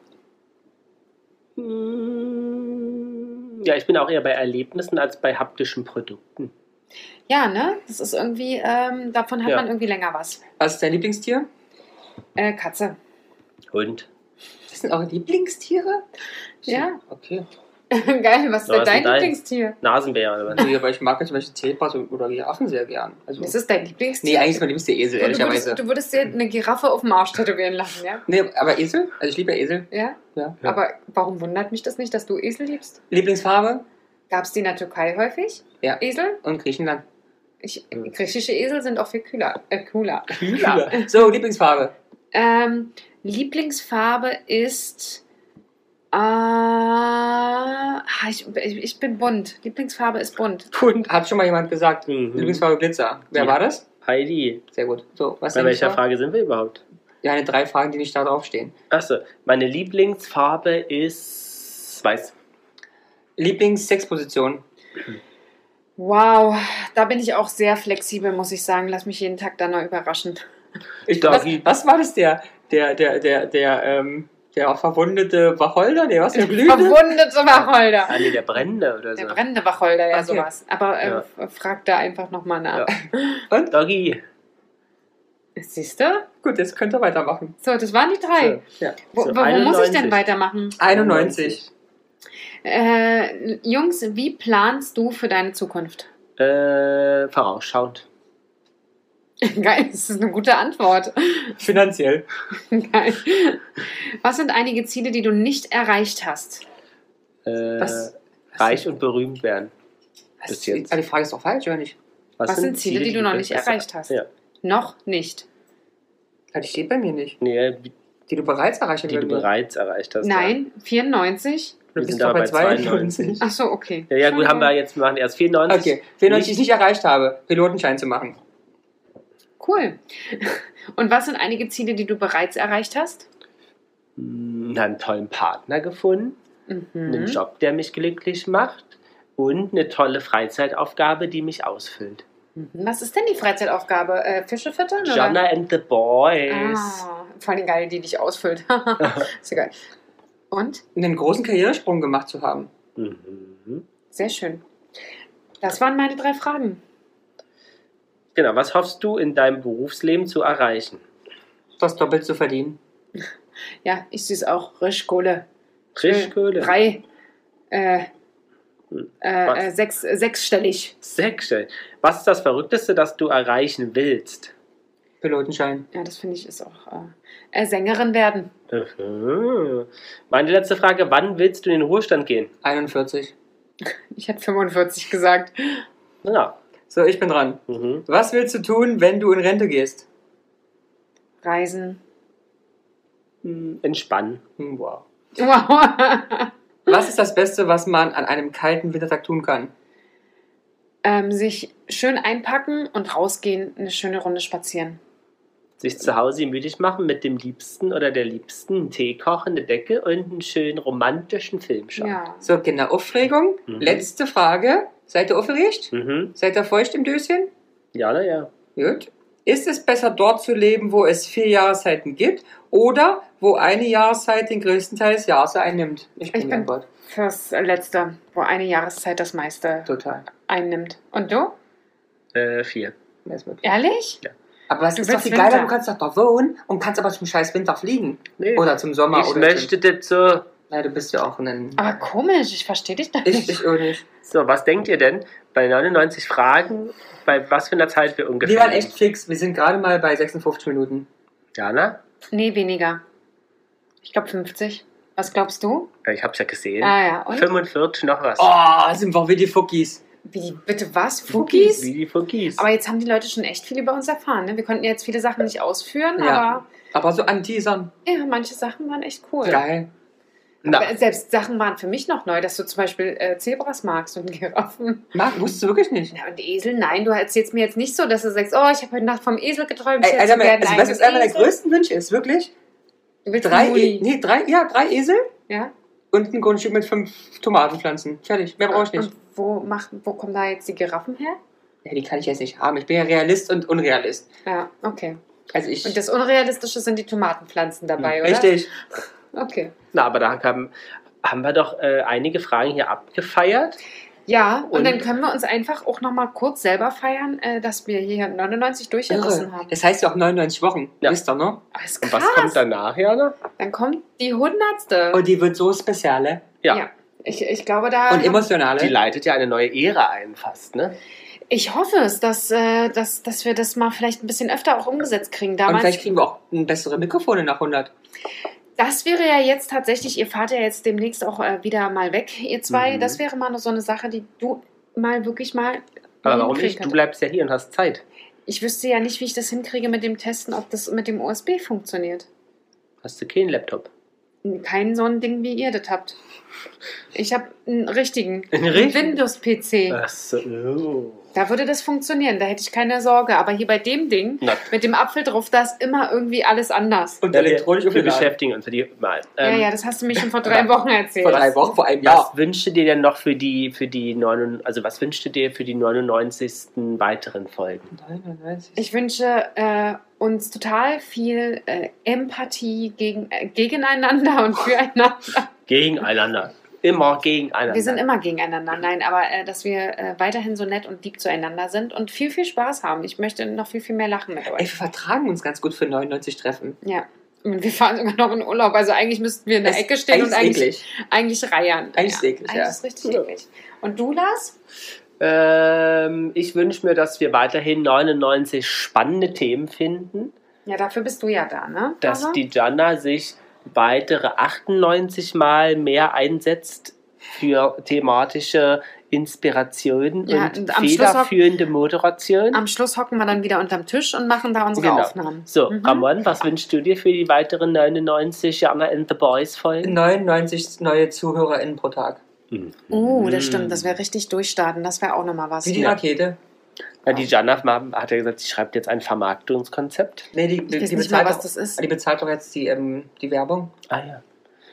Speaker 3: Mm, Ja, ich bin auch eher bei Erlebnissen als bei haptischen Produkten.
Speaker 2: Ja, ne? Das ist irgendwie, ähm, davon hat
Speaker 3: Ja.
Speaker 2: man irgendwie länger was.
Speaker 1: Was ist dein Lieblingstier?
Speaker 2: Äh, Katze.
Speaker 3: Hund.
Speaker 1: Das sind eure Lieblingstiere?
Speaker 2: Ja.
Speaker 1: Okay.
Speaker 2: Geil, was ist
Speaker 3: Na,
Speaker 2: denn dein
Speaker 3: was denn dein?
Speaker 2: Lieblingstier?
Speaker 3: Nasenbär oder was?
Speaker 1: Nee, aber Also ich mag ja zum Beispiel Zebras oder Giraffen sehr gern. Also,
Speaker 2: Das ist dein Lieblingstier.
Speaker 1: nee, eigentlich ist mein Lieblingstier Esel,
Speaker 2: du,
Speaker 1: ehrlicherweise.
Speaker 2: würdest, du würdest dir eine Giraffe auf dem Arsch tätowieren lassen, ja?
Speaker 1: Nee, aber Esel? Also ich liebe ja Esel.
Speaker 2: Ja?
Speaker 1: Ja.
Speaker 3: Ja.
Speaker 2: Aber warum wundert mich das nicht, dass du Esel liebst?
Speaker 1: Lieblingsfarbe?
Speaker 2: Gab es die in der Türkei häufig?
Speaker 1: Ja.
Speaker 2: Esel?
Speaker 1: Und Griechenland.
Speaker 2: Ich, griechische Esel sind auch viel kühler. Äh, cooler.
Speaker 1: Kühler. So, Lieblingsfarbe.
Speaker 2: Ähm, Lieblingsfarbe ist. Äh, ah, ich, ich bin bunt. Lieblingsfarbe ist bunt.
Speaker 1: Bunt. Hat schon mal jemand gesagt.
Speaker 3: Mhm.
Speaker 1: Lieblingsfarbe Glitzer. Wer
Speaker 3: Ja.
Speaker 1: war das?
Speaker 3: Heidi,
Speaker 1: Sehr gut. So, was
Speaker 3: bei
Speaker 1: ist
Speaker 3: welcher
Speaker 1: die
Speaker 3: Frage sind wir überhaupt?
Speaker 1: Ja, eine drei Fragen, die nicht da draufstehen.
Speaker 3: Achso, meine Lieblingsfarbe ist weiß.
Speaker 1: Lieblingssexposition.
Speaker 2: Wow, da bin ich auch sehr flexibel, muss ich sagen. Lass mich jeden Tag da neu überraschen.
Speaker 1: Ich, was,
Speaker 3: Doggy.
Speaker 1: was war das der? Der, der, der, der, ähm, der verwundete Wacholder? Der was? Der Blüte?
Speaker 2: Verwundete Wacholder.
Speaker 3: Ah, nee, der brennende oder so.
Speaker 2: Der brennende Wacholder, ja,
Speaker 1: Okay.
Speaker 2: sowas. Aber äh, frag da einfach nochmal nach.
Speaker 3: Doggy.
Speaker 2: Siehst du?
Speaker 1: Gut, jetzt könnt ihr weitermachen.
Speaker 2: So, das waren die drei.
Speaker 1: Ja.
Speaker 2: Wo,
Speaker 3: So,
Speaker 2: wo, wo muss ich
Speaker 3: 91.
Speaker 2: denn weitermachen?
Speaker 1: 91.
Speaker 2: Äh, Jungs, wie planst du für deine Zukunft?
Speaker 3: Äh, vorausschauend.
Speaker 2: Geil, das ist eine gute Antwort.
Speaker 1: Finanziell.
Speaker 2: Geil. Was sind einige Ziele, die du nicht erreicht hast?
Speaker 3: Äh,
Speaker 1: Was-
Speaker 3: reich und berühmt werden. Bis jetzt.
Speaker 1: Aber Ah, die Frage ist doch falsch, oder nicht?
Speaker 2: Was sind Ziele, die du noch nicht
Speaker 3: besser-
Speaker 2: erreicht hast?
Speaker 3: Ja.
Speaker 2: Noch nicht.
Speaker 1: Ja, Ah, Die steht bei mir nicht.
Speaker 3: Nee, die
Speaker 1: Die du bereits erreicht hast.
Speaker 3: du bereits erreicht hast. ja.
Speaker 2: Nein, 94.
Speaker 1: Du
Speaker 3: Wir
Speaker 1: bist
Speaker 3: sind
Speaker 1: doch
Speaker 3: aber
Speaker 1: bei
Speaker 3: bei
Speaker 1: 92.
Speaker 3: 92.
Speaker 2: Ach so, okay.
Speaker 3: Ja, ja, gut, haben wir jetzt, wir machen erst 94.
Speaker 1: Okay, wen ich nicht erreicht habe, Pilotenschein zu machen.
Speaker 2: Cool. Und was sind einige Ziele, die du bereits erreicht hast?
Speaker 3: Hm, Einen tollen Partner gefunden, einen
Speaker 2: Mhm.
Speaker 3: Job, der mich glücklich macht und eine tolle Freizeitaufgabe, die mich ausfüllt.
Speaker 2: Mhm. Was ist denn die Freizeitaufgabe? Äh, Fische füttern? oder?
Speaker 3: Jana and the Boys.
Speaker 2: Ah, vor allem geil, die dich ausfüllt. ist egal. Und?
Speaker 1: Einen großen Karrieresprung gemacht zu haben.
Speaker 3: Mhm.
Speaker 2: Sehr schön. Das waren meine drei Fragen.
Speaker 3: Genau, was hoffst du in deinem Berufsleben zu erreichen?
Speaker 1: Das doppelt zu verdienen.
Speaker 2: Ja, ich süß auch Rischkohle.
Speaker 3: Richtig cool.
Speaker 2: Drei. Äh,
Speaker 3: Hm.
Speaker 2: äh,
Speaker 3: Was?
Speaker 2: äh, sechs, äh, sechsstellig.
Speaker 3: Sehr schön. Was ist das Verrückteste, das du erreichen willst?
Speaker 1: Pilotenschein.
Speaker 2: Ja, das finde ich ist auch äh, äh, Sängerin werden.
Speaker 3: Mhm. Meine letzte Frage, wann willst du in den Ruhestand gehen?
Speaker 1: 41.
Speaker 2: Ich hätte 45 gesagt.
Speaker 3: Ja.
Speaker 1: So, ich bin dran.
Speaker 3: Mhm.
Speaker 1: Was willst du tun, wenn du in Rente gehst?
Speaker 2: Reisen.
Speaker 3: Hm, Entspannen.
Speaker 1: Hm, Wow.
Speaker 2: Wow.
Speaker 1: Was ist das Beste, was man an einem kalten Wintertag tun kann?
Speaker 2: ähm, sich schön einpacken und rausgehen, eine schöne Runde spazieren.
Speaker 3: Sich zu Hause müdig machen mit dem Liebsten oder der Liebsten, einen Tee kochen, eine Decke und einen schönen romantischen Film schauen.
Speaker 2: Ja.
Speaker 1: So, Kinder, genau, Aufregung.
Speaker 3: Mhm.
Speaker 1: Letzte Frage. Seid ihr aufgeregt?
Speaker 3: Mhm.
Speaker 1: Seid ihr feucht im Döschen?
Speaker 3: Ja, naja.
Speaker 1: Gut. Ist es besser, dort zu leben, wo es vier Jahreszeiten gibt oder wo eine Jahreszeit den größten Teil des Jahres einnimmt?
Speaker 2: Ich
Speaker 1: die
Speaker 2: bin-
Speaker 1: Antwort.
Speaker 2: Fürs letzte, wo eine Jahreszeit das meiste
Speaker 1: Total.
Speaker 2: einnimmt. Und du?
Speaker 3: Äh, vier.
Speaker 1: Weiß mit.
Speaker 2: Ehrlich?
Speaker 1: Aber es
Speaker 2: Du
Speaker 1: ist doch
Speaker 2: willst
Speaker 1: viel geiler,
Speaker 2: Winter.
Speaker 1: du kannst doch da wohnen und kannst aber zum scheiß Winter fliegen.
Speaker 3: Nee.
Speaker 1: Oder zum Sommer.
Speaker 3: ich
Speaker 1: oder
Speaker 3: möchte dazu.
Speaker 1: Zum, ja, du bist ja auch ein...
Speaker 2: Aber komisch, ich verstehe dich da
Speaker 1: Ich,
Speaker 2: nicht.
Speaker 1: ich, auch nicht.
Speaker 3: So, was denkt ihr denn bei 99 Fragen, bei was für einer Zeit wir ungefähr
Speaker 1: Wir waren
Speaker 3: sind?
Speaker 1: echt fix. Wir sind gerade mal bei 56 Minuten.
Speaker 3: Jana?
Speaker 2: Nee, weniger. Ich glaube 50. Was glaubst du?
Speaker 3: Äh, Ich hab's ja gesehen.
Speaker 2: Ah ja, und?
Speaker 3: 45 noch was.
Speaker 1: Oh, sind wir wie die Fuckis.
Speaker 2: Wie, bitte was? Fugis?
Speaker 3: Wie die Fugis.
Speaker 2: Aber jetzt haben die Leute schon echt viel über uns erfahren. Ne? Wir konnten jetzt viele Sachen nicht ausführen,
Speaker 1: Ja. Aber so anteasern.
Speaker 2: aber ja, manche Sachen waren echt cool.
Speaker 1: Geil.
Speaker 3: Na,
Speaker 2: Aber selbst Sachen waren für mich noch neu, dass du zum Beispiel äh, Zebras magst und Giraffen.
Speaker 1: Marc, wusstest du wirklich nicht.
Speaker 2: Na, und Esel, nein, du erzählst mir jetzt nicht so, dass du sagst, oh, ich habe heute Nacht vom Esel geträumt.
Speaker 1: Ey,
Speaker 2: jetzt
Speaker 1: Alter,
Speaker 2: werden
Speaker 1: also was ist einer der
Speaker 2: eingeesel.
Speaker 1: größten Wünsche ist, wirklich?
Speaker 2: Du willst
Speaker 1: Drei,
Speaker 2: einen
Speaker 1: e
Speaker 2: Muli.
Speaker 1: nee, drei, ja, drei Esel
Speaker 2: Ja?
Speaker 1: und ein Grundstück mit fünf Tomatenpflanzen. Fertig, mehr brauche ich nicht.
Speaker 2: Und wo, mach, wo kommen da jetzt die Giraffen her?
Speaker 1: Ja, die kann ich jetzt nicht haben. Ich bin ja Realist und Unrealist.
Speaker 2: Ja, okay.
Speaker 1: Also ich.
Speaker 2: Und das Unrealistische sind die Tomatenpflanzen dabei, oder?
Speaker 1: richtig.
Speaker 2: Okay.
Speaker 3: na aber da haben, haben wir doch äh, einige Fragen hier abgefeiert.
Speaker 2: Ja, und,
Speaker 3: Und-
Speaker 2: dann können wir uns einfach auch nochmal kurz selber feiern, äh, dass wir hier 99 durchgerissen
Speaker 1: Irre.
Speaker 2: haben.
Speaker 1: Das heißt ja auch 99 Wochen.
Speaker 3: Ja.
Speaker 1: Wisst ihr, ne?
Speaker 2: Ah, ist
Speaker 3: Und
Speaker 2: krass.
Speaker 3: was kommt danach, Jana?
Speaker 2: Dann kommt die hundertste.
Speaker 1: Und die wird so spezielle
Speaker 3: Ja.
Speaker 2: Ja. ich, ich glaube, da.
Speaker 1: und
Speaker 3: Die
Speaker 1: emotionale.
Speaker 3: leitet ja eine neue Ära ein, fast, ne?
Speaker 2: ich hoffe es, dass, äh, dass, dass wir das mal vielleicht ein bisschen öfter auch umgesetzt kriegen.
Speaker 1: Und
Speaker 2: Damals,
Speaker 1: vielleicht kriegen wir auch ein bessere Mikrofone nach 100.
Speaker 2: das wäre ja jetzt tatsächlich, ihr fahrt ja jetzt demnächst auch äh, wieder mal weg, ihr zwei.
Speaker 3: Mhm.
Speaker 2: Das wäre mal so eine Sache, die du mal wirklich mal.
Speaker 3: Aber warum
Speaker 2: hinkriegen
Speaker 3: nicht? Du
Speaker 2: könntest.
Speaker 3: bleibst ja hier und hast Zeit.
Speaker 2: Ich wüsste ja nicht, wie ich das hinkriege mit dem Testen, ob das mit dem USB funktioniert.
Speaker 3: Hast du keinen Laptop?
Speaker 2: Kein so ein Ding, wie ihr das habt. Ich habe einen richtigen
Speaker 3: Einen richtigen? Äh.
Speaker 2: Windows-PC.
Speaker 3: so.
Speaker 2: Da würde das funktionieren, da hätte ich keine Sorge. Aber hier bei dem Ding,
Speaker 3: Na,
Speaker 2: mit dem Apfel drauf, da ist immer irgendwie alles anders.
Speaker 1: Und
Speaker 3: wir-
Speaker 1: elektronisch
Speaker 3: Äh, wir
Speaker 1: aufgeladen.
Speaker 3: beschäftigen uns mit dir mal.
Speaker 2: ja,
Speaker 3: Ähm,
Speaker 2: ja, das hast du mir schon vor drei Wochen erzählt.
Speaker 1: Vor drei Wochen, vor einem
Speaker 3: Was
Speaker 1: Jahr.
Speaker 3: wünschst du dir denn noch für die, für die 9, also was wünschst du dir für die 99. weiteren Folgen?
Speaker 1: 99.
Speaker 2: Ich wünsche äh, uns total viel äh, Empathie gegen, äh, gegeneinander und füreinander.
Speaker 3: Gegeneinander. Immer gegeneinander.
Speaker 2: Wir sind immer gegeneinander, nein, aber äh, dass wir äh, weiterhin so nett und lieb zueinander sind und viel, viel Spaß haben. Ich möchte noch viel, viel mehr lachen mit
Speaker 1: Ey, wir
Speaker 2: euch.
Speaker 1: vertragen uns ganz gut für 99 Treffen.
Speaker 2: Ja. Und wir fahren sogar noch in Urlaub, also eigentlich müssten wir in der
Speaker 1: Es-
Speaker 2: Ecke stehen und
Speaker 1: ist
Speaker 2: eigentlich,
Speaker 1: eklig.
Speaker 2: eigentlich reiern.
Speaker 1: Eigentlich ist eklig,
Speaker 2: eigentlich
Speaker 1: ja.
Speaker 2: ist richtig eklig. Und du, Lars?
Speaker 3: Ähm, ich wünsche mir, dass wir weiterhin 99 spannende Themen finden,
Speaker 2: Ja, dafür bist du ja da, ne?
Speaker 3: dass
Speaker 2: Papa?
Speaker 3: die Jana sich weitere 98 Mal mehr einsetzt für thematische Inspirationen
Speaker 2: Ja,
Speaker 3: und
Speaker 2: und am Schluss auch-
Speaker 3: federführende Moderation.
Speaker 2: Am Schluss hocken wir dann wieder unterm Tisch und machen da unsere
Speaker 3: Genau.
Speaker 2: Aufnahmen.
Speaker 3: so,
Speaker 2: Mhm.
Speaker 3: Ramon, was wünschst du dir für die weiteren 99 Jana and the Boys Folgen?
Speaker 1: 99 neue ZuhörerInnen pro Tag.
Speaker 2: Uh, das
Speaker 3: Mhm.
Speaker 2: stimmt. Das wäre richtig durchstarten. Das wäre auch nochmal was.
Speaker 1: Mm. Wie die
Speaker 3: Ja.
Speaker 1: Rakete.
Speaker 3: Na, Äh, die Jana hat ja gesagt, sie schreibt jetzt ein Vermarktungskonzept.
Speaker 1: Nee, die,
Speaker 2: Ich
Speaker 1: die,
Speaker 2: weiß
Speaker 1: die,
Speaker 2: nicht mal,
Speaker 1: bezahlt
Speaker 2: was
Speaker 1: doch,
Speaker 2: das ist.
Speaker 1: die bezahlt doch jetzt die, ähm, die Werbung.
Speaker 3: Ah ja.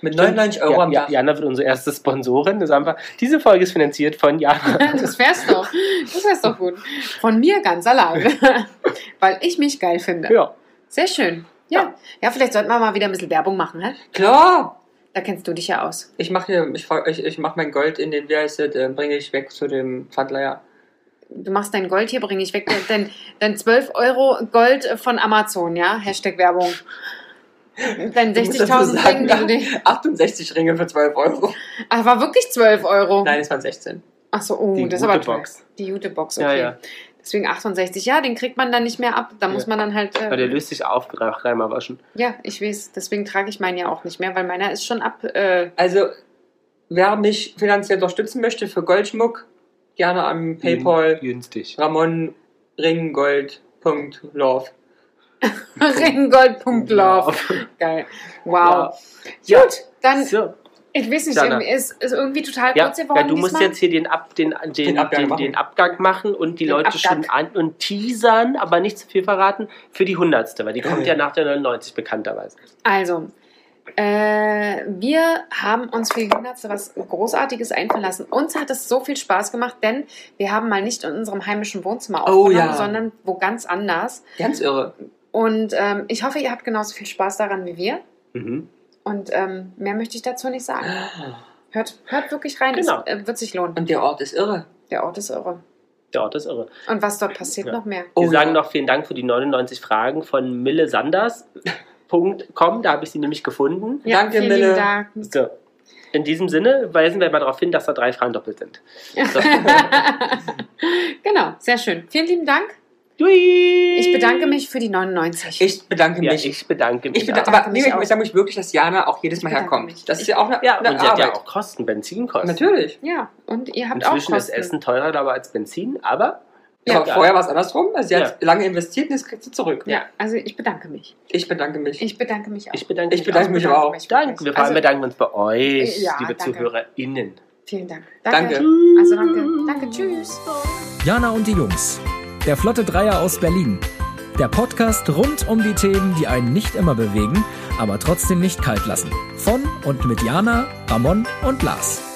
Speaker 1: Mit 99 Euro am
Speaker 3: ja,
Speaker 1: Tag.
Speaker 3: ja, Jana wird unsere erste Sponsorin. Das haben wir, diese Folge ist finanziert von Jana.
Speaker 2: Das wär's doch. Das wär's doch gut. Von mir ganz allein. Weil ich mich geil finde.
Speaker 3: Ja.
Speaker 2: Sehr schön. Ja. Ja, vielleicht sollten wir mal wieder ein bisschen Werbung machen, hä?
Speaker 1: Klar!
Speaker 2: Da kennst du dich ja aus.
Speaker 1: Ich mache ich, frag- ich, ich mach mein Gold in den, wie heißt das, äh, bringe ich weg zu dem Pfandleier.
Speaker 2: Du machst dein Gold hier, bringe ich weg. Äh, Dein, dein 12 Euro Gold äh, von Amazon, ja? Hashtag Werbung. Dein
Speaker 1: Du musst dazu
Speaker 2: 60.000 Ding, die du dir-
Speaker 1: 68 Ringe für 12 Euro.
Speaker 2: Ah, war wirklich 12
Speaker 3: Oh.
Speaker 2: Euro.
Speaker 1: Nein, es waren 16.
Speaker 2: Achso, oh,
Speaker 3: Die
Speaker 2: das ist aber
Speaker 3: gute
Speaker 2: toll.
Speaker 3: Box.
Speaker 2: Die gute Box,
Speaker 3: Ja,
Speaker 2: okay.
Speaker 3: ja.
Speaker 2: Deswegen 68, ja, den kriegt man dann nicht mehr ab. Da muss
Speaker 3: Ja.
Speaker 2: man dann halt.
Speaker 3: Aber der
Speaker 2: Äh,
Speaker 3: löst sich auf nach dreimal waschen.
Speaker 2: ja, ich weiß. Deswegen trage ich meinen ja auch nicht mehr, weil meiner ist schon ab. Äh,
Speaker 1: Also, wer mich finanziell unterstützen möchte für Goldschmuck, gerne
Speaker 3: Mhm.
Speaker 1: am Paypal
Speaker 3: Günstig.
Speaker 1: Ramon Ringgold.love.
Speaker 2: Ringgold.love. Geil. Wow.
Speaker 3: Ja.
Speaker 2: Gut, dann,
Speaker 3: So.
Speaker 2: ich weiß nicht,
Speaker 3: Jana.
Speaker 2: irgendwie ist, ist irgendwie total
Speaker 3: Ja,
Speaker 2: kurz geworden.
Speaker 3: ja, du musst
Speaker 2: diesmal.
Speaker 3: jetzt hier den, Ab, den, den, den,
Speaker 1: Abgang
Speaker 3: den,
Speaker 1: machen.
Speaker 3: Abgang machen und die
Speaker 2: Den
Speaker 3: Leute
Speaker 2: Abgang.
Speaker 3: schon an und teasern, aber nicht zu viel verraten, für die 100. Weil die kommt
Speaker 1: Ja.
Speaker 3: ja nach der 99 bekannterweise.
Speaker 2: Also, Äh, wir haben uns für die Hundertste was Großartiges einfallen lassen. Uns hat es so viel Spaß gemacht, denn wir haben mal nicht in unserem heimischen Wohnzimmer
Speaker 1: Oh
Speaker 2: aufgenommen,
Speaker 1: ja.
Speaker 2: sondern wo ganz anders.
Speaker 1: Ganz irre.
Speaker 2: Und ähm, ich hoffe, ihr habt genauso viel Spaß daran wie wir.
Speaker 3: Mhm.
Speaker 2: Und ähm, mehr möchte ich dazu nicht sagen. Hört, hört wirklich rein,
Speaker 3: Genau.
Speaker 2: es äh, wird sich lohnen.
Speaker 1: Und der Ort ist irre.
Speaker 2: Der Ort ist irre.
Speaker 3: Der Ort ist irre.
Speaker 2: Und was dort passiert,
Speaker 3: Ja.
Speaker 2: noch mehr.
Speaker 1: Oh,
Speaker 3: Wir sagen
Speaker 1: ja.
Speaker 3: noch vielen Dank für die 99 Fragen von Mille Sanders. .com, da habe ich sie nämlich gefunden.
Speaker 1: Danke,
Speaker 2: vielen
Speaker 1: Mille.
Speaker 2: lieben Dank.
Speaker 3: So. In diesem Sinne weisen wir mal darauf hin, dass da drei Fragen doppelt sind. So.
Speaker 2: genau, sehr schön. Vielen lieben Dank.
Speaker 3: Jui!
Speaker 2: Ich bedanke mich für die 99.
Speaker 1: Ich bedanke
Speaker 3: Ja,
Speaker 1: mich.
Speaker 3: ich bedanke mich.
Speaker 1: Ich bedanke,
Speaker 3: auch.
Speaker 1: aber
Speaker 2: mich
Speaker 1: nee, ich
Speaker 2: auch.
Speaker 1: muss sagen, ich wirklich, dass Jana auch jedes Mal
Speaker 2: Ich bedanke
Speaker 1: herkommt.
Speaker 2: mich.
Speaker 1: Das ist ja auch eine,
Speaker 3: ja,
Speaker 1: eine
Speaker 3: und sie hat
Speaker 1: Arbeit.
Speaker 3: ja auch Kosten, Benzinkosten.
Speaker 1: Natürlich.
Speaker 2: ja, und ihr habt auch
Speaker 3: Inzwischen
Speaker 2: Kosten.
Speaker 3: ist Essen teurer aber als Benzin, aber
Speaker 1: Ja, aber
Speaker 3: Ja.
Speaker 1: vorher war es andersrum. Also sie hat lange investiert und jetzt kriegt sie zurück.
Speaker 2: Ja, also ich bedanke mich.
Speaker 1: Ich bedanke mich.
Speaker 2: Ich bedanke mich auch. Also
Speaker 3: ich bedanke
Speaker 1: Ich
Speaker 3: mich.
Speaker 1: bedanke
Speaker 3: auch.
Speaker 1: mich auch.
Speaker 2: wirklich.
Speaker 3: Danke. Wir vor allem
Speaker 2: also,
Speaker 3: bedanken uns bei euch,
Speaker 2: Ja,
Speaker 3: liebe
Speaker 2: danke.
Speaker 3: ZuhörerInnen.
Speaker 2: Vielen Dank.
Speaker 1: Danke.
Speaker 2: Also danke. Danke, tschüss.
Speaker 4: Jana und die Jungs. Der Flotte Dreier aus Berlin. Der Podcast rund um die Themen, die einen nicht immer bewegen, aber trotzdem nicht kalt lassen. Von und mit Jana, Ramon und Lars.